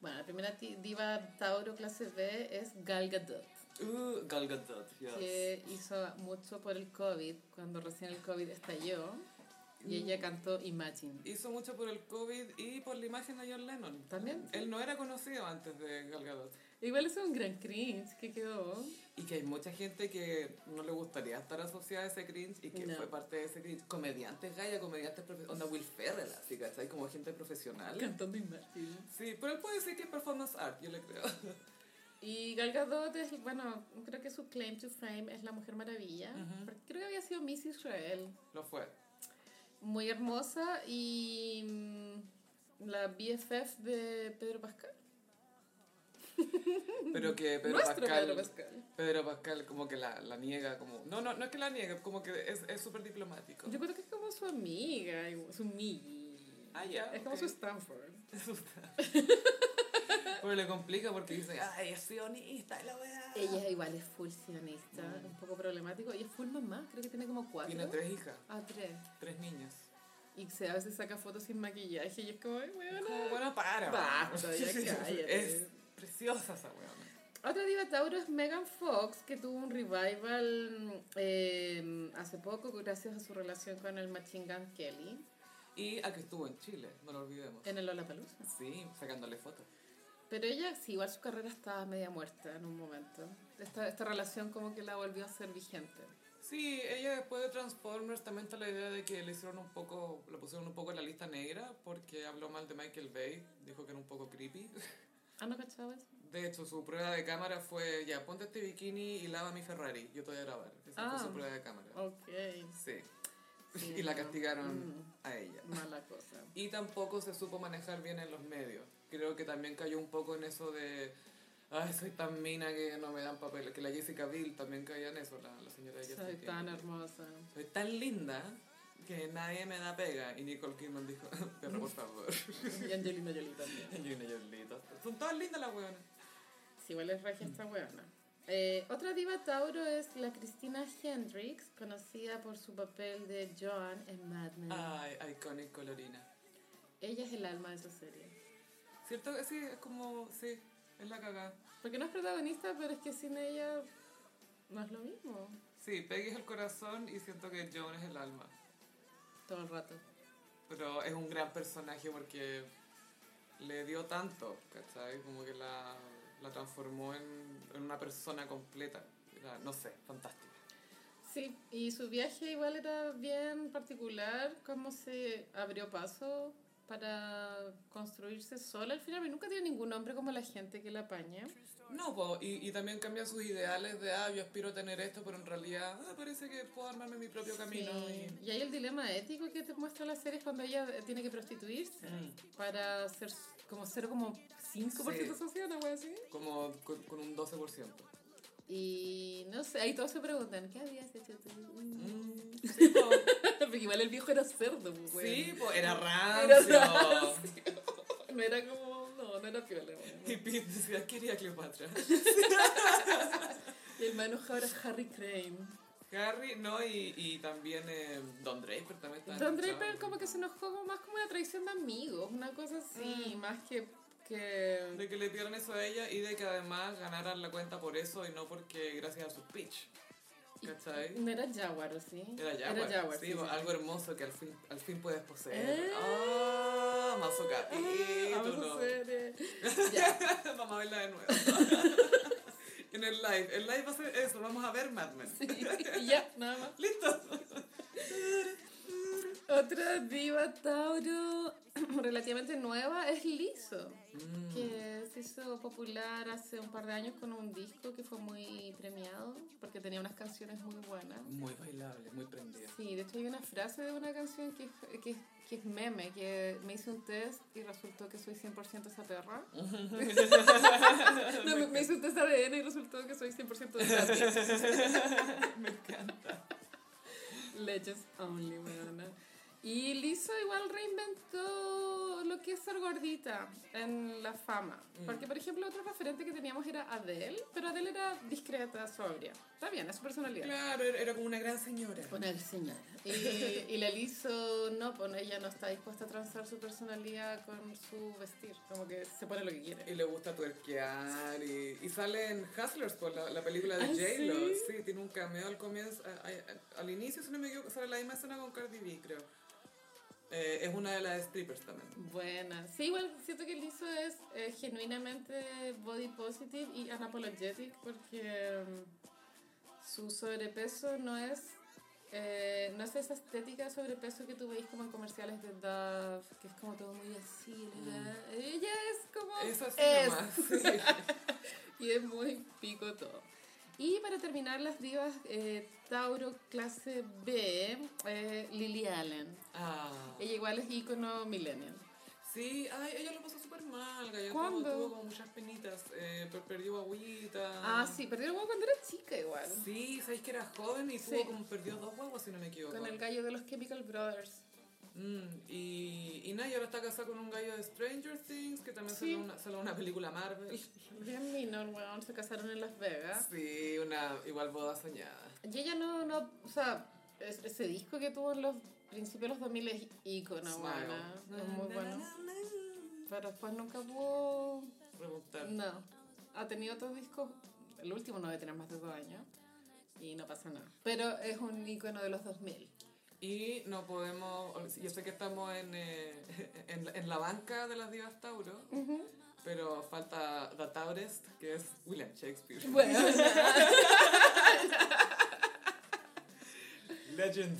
B: Bueno, la primera ti- diva Tauro clase B es Gal Gadot,
A: Uh, Gal Gadot, yes.
B: que hizo mucho por el COVID, cuando recién el COVID estalló, y ella cantó Imagine.
A: Hizo mucho por el COVID y por la imagen de John Lennon.
B: También.
A: Él no era conocido antes de Gal Gadot.
B: Igual es un gran cringe que quedó.
A: Y que hay mucha gente que no le gustaría estar asociada a ese cringe y que
B: No.
A: fue parte de ese cringe. Comediantes, Gaia, comediantes, profe- onda Will Ferrell, así, ¿cachai? Como gente profesional.
B: Cantando Imagine.
A: Sí, pero él puede decir que es performance art, yo le creo.
B: Y Gal Gadot es, bueno, creo que su claim to fame es la Mujer Maravilla. porque Creo que había sido Miss Israel.
A: Lo fue.
B: Muy hermosa y mm, la BFF de Pedro Pascal.
A: Pero que Pedro
B: Nuestro pues.
A: Pascal...
B: Pedro
A: Pedro
B: Pascal.
A: Pascal como que la, la niega, como... No, no, no es que la niegue, como que es es súper diplomático.
B: Yo creo que es como su amiga, igual, su Miggy.
A: Ah, ya,
B: Es como
A: ok.
B: su Stanford.
A: Pero le complica porque dice, ay, es sionista, y la weá.
B: Ella igual es full sionista, un poco problemático. Y es full mamá, creo que tiene como cuatro.
A: Mm. Tiene tres hijas,
B: Ah, tres.
A: tres niñas.
B: Y se, a veces saca fotos sin maquillaje y es como, ay, weona.
A: Como, bueno, para.
B: Basta, ya
A: Es
B: cállate.
A: preciosa esa weona.
B: Otra diva Tauro es Megan Fox, que tuvo un revival eh, hace poco gracias a su relación con el Machine Gun Kelly
A: Y a que estuvo en Chile, no lo olvidemos.
B: en el Lollapalooza.
A: Sí, sacándole fotos.
B: Pero ella, sí, igual su carrera estaba media muerta en un momento. Esta, esta relación como que la volvió a ser vigente.
A: Sí, ella después de Transformers también está la idea de que le hicieron un poco, lo pusieron un poco en la lista negra porque habló mal de Michael Bay, dijo que era un poco creepy.
B: Ah, ¿no cachaba eso?
A: De hecho, su prueba de cámara fue, ya, ponte este bikini y lava mi Ferrari, yo te voy a grabar. Esa
B: Ah.
A: fue su prueba de cámara.
B: Ok.
A: Sí.
B: Sí,
A: y la
B: no.
A: castigaron
B: Mm.
A: a ella.
B: Mala cosa.
A: y tampoco se supo manejar bien en los medios. Creo que también cayó un poco en eso de, ay, soy tan mina que no me dan papel. Que la Jessica Biel también caía en eso, la, la señora Jessica
B: Soy
A: Biel.
B: tan hermosa.
A: Soy tan linda que nadie me da pega. Y Nicole Kidman dijo, pero por favor.
B: Y Angelina Jolie también.
A: Y una Yolita. Son todas lindas las hueonas.
B: Sí, igual es regia esta huevona. Eh, otra diva Tauro es la Cristina Hendricks, conocida por su papel de John en Mad Men.
A: Ay, iconic colorina.
B: Ella es el alma de esa serie.
A: ¿Cierto? que Sí, es como, sí, es la cagada.
B: Porque no es protagonista, pero es que sin ella no es lo mismo.
A: Sí, Peggy es el corazón y siento que Joan es el alma.
B: Todo el rato.
A: Pero es un gran personaje porque le dio tanto, ¿cachai? Como que la, la transformó en, en una persona completa. Era, no sé, fantástica.
B: Sí, y su viaje igual era bien particular, cómo se abrió paso para construirse sola al final, pero nunca tiene ningún nombre como la gente que la apaña.
A: No, po, y, y también cambia sus ideales de, ah, yo aspiro a tener esto, pero en realidad ah, parece que puedo armarme mi propio camino.
B: Sí. Y hay el dilema ético que te muestra la serie es cuando ella eh, tiene que prostituirse
A: Mm,
B: para ser s- como ser como 5%
A: Sí.
B: social, una wea así.
A: y como con, con un 12%.
B: Y no sé, ahí todos se preguntan, ¿qué habías hecho tú?
A: Mm, sí, po.
B: Porque igual el viejo era cerdo, pues.
A: Sí, po, era
B: Era
A: rancio.
B: rancio. No era como, no, no era piola. weón.
A: Y Pete decía, quería Cleopatra.
B: Y el manojo ahora es Harry Crane.
A: Harry, no, y, y también eh, Don Draper también está.
B: Don
A: enganchado.
B: Draper como que se enojó como más como una traición de amigos, una cosa
A: Mm.
B: así, más que... que...
A: De que le dieran eso a ella y de que además ganaran la cuenta por eso y no porque gracias a su pitch. ¿Cachai?
B: No era Jaguar, ¿o sí?
A: Era Jaguar. sí, pues,
B: sí, sí.
A: algo hermoso que al fin, al fin puedes poseer.
B: Eh.
A: ¡Ah! mazo
B: Ah, vamos a
A: capítulo.
B: hacer, eh, ya.
A: vamos a verla de nuevo. en el live. El live va a ser eso. Vamos a ver Mad Men.
B: Y ya, nada más.
A: Listo.
B: Otra diva Tauro relativamente nueva es Lizzo,
A: Mm.
B: que se hizo popular hace un par de años con un disco que fue muy premiado porque tenía unas canciones muy buenas.
A: Mm, Muy bailable, muy prendida.
B: Sí, de hecho hay una frase de una canción que es, que es, que es meme, que me hice un test y resultó que soy 100% esa perra. No, me, me hice un test ADN y resultó que soy 100% esa
A: Me encanta.
B: Legends only, weona. Y Lizzo igual reinventó lo que es ser gordita en la fama.
A: Mm.
B: Porque, por ejemplo, otro referente que teníamos era Adele, pero Adele era discreta, sobria. Está bien, es su personalidad.
A: Claro, era era como una gran señora.
B: Una señora. Y, y la Lizzo, no, pues ella no está dispuesta a transar su personalidad con su vestir. Como que se pone lo que quiere.
A: Y le gusta tuerquear y, y sale en Hustlers por la, la película de
B: ¿Ah,
A: J-Lo.
B: sí?
A: Sí, tiene un cameo al comienzo, a- a- al inicio, si no me equivoco, sale la misma escena con Cardi B, creo. Eh, es una de las strippers también.
B: Buena. Sí, igual siento que Lizzo es eh, genuinamente body positive y unapologetic porque mm, su sobrepeso no es. eh, no es esa estética de sobrepeso que tú veis como en comerciales de Dove, que es como todo muy así, ¿verdad? Ella es como...
A: Mm. Es así
B: es.
A: nomás. sí.
B: Y es muy pico todo. Y para terminar, las divas eh, Tauro clase B, eh, Lily Allen.
A: Ah.
B: Ella igual es ícono millennial.
A: Sí, ay, ella lo pasó súper mal, Gaya.
B: ¿Cuándo?
A: Tuvo como muchas penitas, eh, per- perdió agüita.
B: Ah, sí, perdió el huevo cuando era chica igual.
A: Sí, sabéis que era joven y tuvo
B: Sí.
A: como perdió dos huevos, si no me equivoco.
B: Con el gallo de los Chemical Brothers.
A: Mm, y, y nada, y ahora está casada con un gallo de Stranger Things, que también
B: Sí.
A: salió, una, salió una película Marvel.
B: Bien minor, weón, se casaron en Las Vegas.
A: Sí, una igual boda soñada.
B: Y ella no, no, o sea, es- ese disco que tuvo en los principios de los 2000 es ícono,
A: Smile. Mm.
B: weón. ¿ah? Es muy bueno. Pero después nunca pudo
A: Remontar.
B: No. Ha tenido otros discos. El último no debe tener más de dos años. Y no pasa nada. Pero es un icono de los 2000.
A: Y no podemos, yo sé que estamos en, eh, en, la- en la banca de las divas Tauro, pero falta The Taurest, que es William Shakespeare.
B: Bueno, o sea,
A: Legend.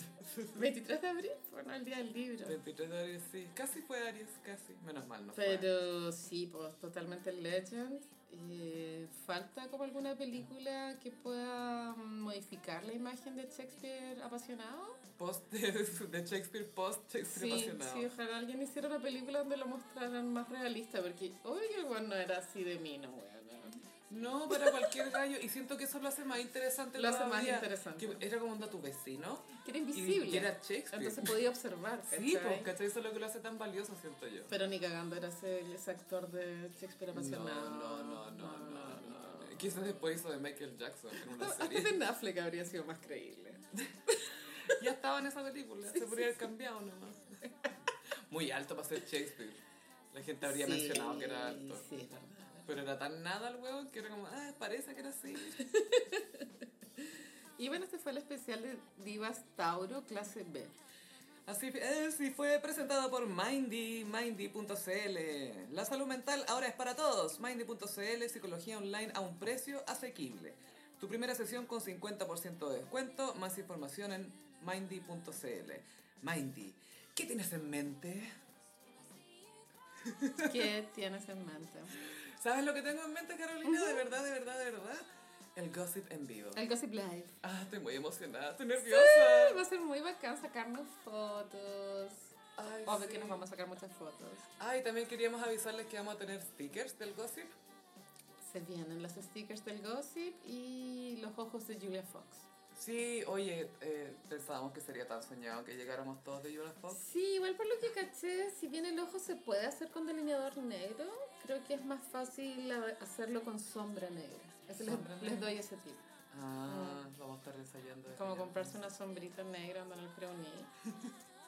B: 23 de abril, bueno, el día del libro.
A: 23 de Aries, sí. Casi fue Aries, casi. Menos mal, no fue.
B: Pero sí, pues totalmente legend. Eh, falta como alguna película que pueda mm, modificar la imagen de Shakespeare apasionado.
A: Post de, de Shakespeare, post Shakespeare
B: Sí,
A: apasionado.
B: sí, ojalá alguien hiciera una película donde lo mostraran más realista, porque obvio que el weón no era así de mí, no, weón.
A: No, para cualquier gallo. Y siento que eso lo hace más interesante.
B: Lo hace más
A: todavía,
B: interesante.
A: que era como onda tu vecino.
B: Que era
A: Y, y
B: invisible.
A: era Shakespeare.
B: Entonces podía observar.
A: sí,
B: ¿cachai?
A: pues, ¿cachai? Eso es lo que lo hace tan valioso, siento yo.
B: Pero ni cagando era ese, ese actor de Shakespeare apasionado.
A: no, no, no, no, no, no, no. Quizás después hizo de Michael Jackson en una
B: Hasta
A: serie.
B: Ben Affleck habría sido más creíble.
A: ya estaba en esa película, se podría haber cambiado nomás. Muy alto para ser Shakespeare. La gente habría
B: Sí,
A: mencionado que era alto.
B: Sí, es verdad.
A: Pero era tan nada el huevo que era como, ah, parece que era así.
B: Y bueno, este fue el especial de Divas Tauro, clase B.
A: Así es, y fue presentado por Mindy, Mindy.cl. La salud mental ahora es para todos. Mindy.cl, psicología online a un precio asequible. Tu primera sesión con 50% de descuento. Más información en Mindy.cl. Mindy, ¿qué tienes en mente?
B: ¿Qué tienes en mente?
A: ¿Sabes lo que tengo en mente, Carolina? De verdad, de verdad, de verdad. El gossip en vivo.
B: El Gossip Live.
A: Ah, estoy muy emocionada, estoy nerviosa.
B: Ah, Va a ser muy bacán sacarnos fotos.
A: Ay,
B: Obvio
A: sí.
B: que nos vamos a sacar muchas fotos.
A: Ay, también queríamos avisarles que vamos a tener stickers del gossip.
B: Se vienen los stickers del Gossip y los ojos de Julia Fox.
A: Sí, oye, eh, pensábamos que sería tan soñado que llegáramos todos de Jonas Fox.
B: Sí, igual por lo que caché, si bien el ojo se puede hacer con delineador negro, creo que es más fácil a- hacerlo con sombra negra. Así les,
A: Sombra
B: les
A: negra.
B: doy ese tip.
A: Ah, vamos a estar ensayando. desde
B: Mm. Como
A: ya.
B: comprarse una sombrita negra donde el creuní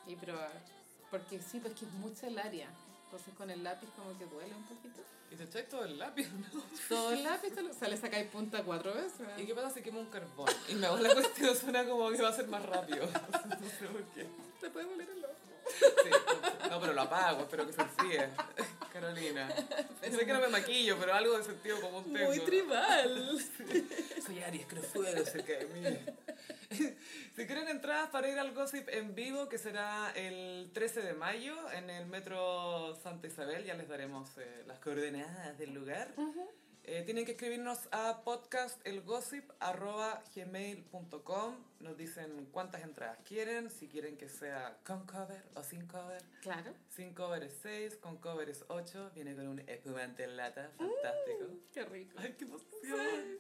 B: y probar. Porque sí, pues que es mucha el área. Entonces con el lápiz como que duele un poquito.
A: Y te echáis todo el lápiz, ¿no?
B: Todo el lápiz, te lo- o sea, le sacáis punta cuatro veces. ¿eh?
A: ¿Y qué pasa si quemo un carbón? Y me hago la cuestión, suena como que va a ser más rápido. No sé por qué.
B: Te puede doler el ojo.
A: Sí, no, pero lo apago, espero que se enfríe. Carolina. sé que no me maquillo, pero algo de sentido común tengo.
B: Muy tribal.
A: Soy Aries, creo fuego cerca de mí. Si quieren entradas para ir al Gossip en vivo, que será el 13 de mayo en el Metro Santa Isabel, ya les daremos eh, las coordenadas del lugar. Eh, tienen que escribirnos a podcastelgossip.gmail.com Nos dicen cuántas entradas quieren, si quieren que sea con cover o sin cover.
B: Claro.
A: Sin cover es 6, con cover es 8. Viene con un espumante en lata, fantástico.
B: Qué rico.
A: ¡Ay, qué emoción!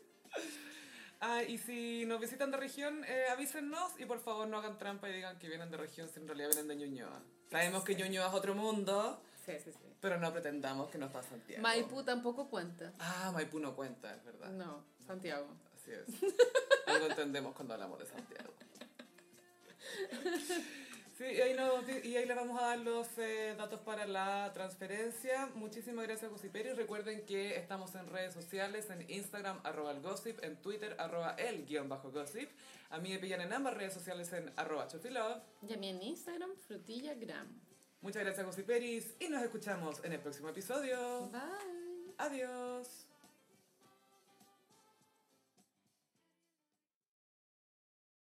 A: Ah, y si nos visitan de región, eh, avísennos y por favor no hagan trampa y digan que vienen de región si en realidad vienen de Ñuñoa. Sabemos que Ñuñoa es otro mundo,
B: Sí, sí, sí.
A: pero no pretendamos que nos pasa Santiago.
B: Maipú tampoco cuenta.
A: Ah, Maipú no cuenta, es verdad.
B: No, Santiago.
A: Así es. Algo entendemos cuando hablamos de Santiago. Sí, y ahí, nos di- y ahí les vamos a dar los eh, datos para la transferencia. Muchísimas gracias, Gossiperi. Recuerden que estamos en redes sociales, en Instagram, arroba el gossip, en Twitter, arroba el guión bajo gossip. A mí me pillan en ambas redes sociales en arroba chofilove.
B: Y a mí en Instagram, frutillagram.
A: Muchas gracias, Gossiperis, y nos escuchamos en el próximo episodio.
B: Bye.
A: Adiós.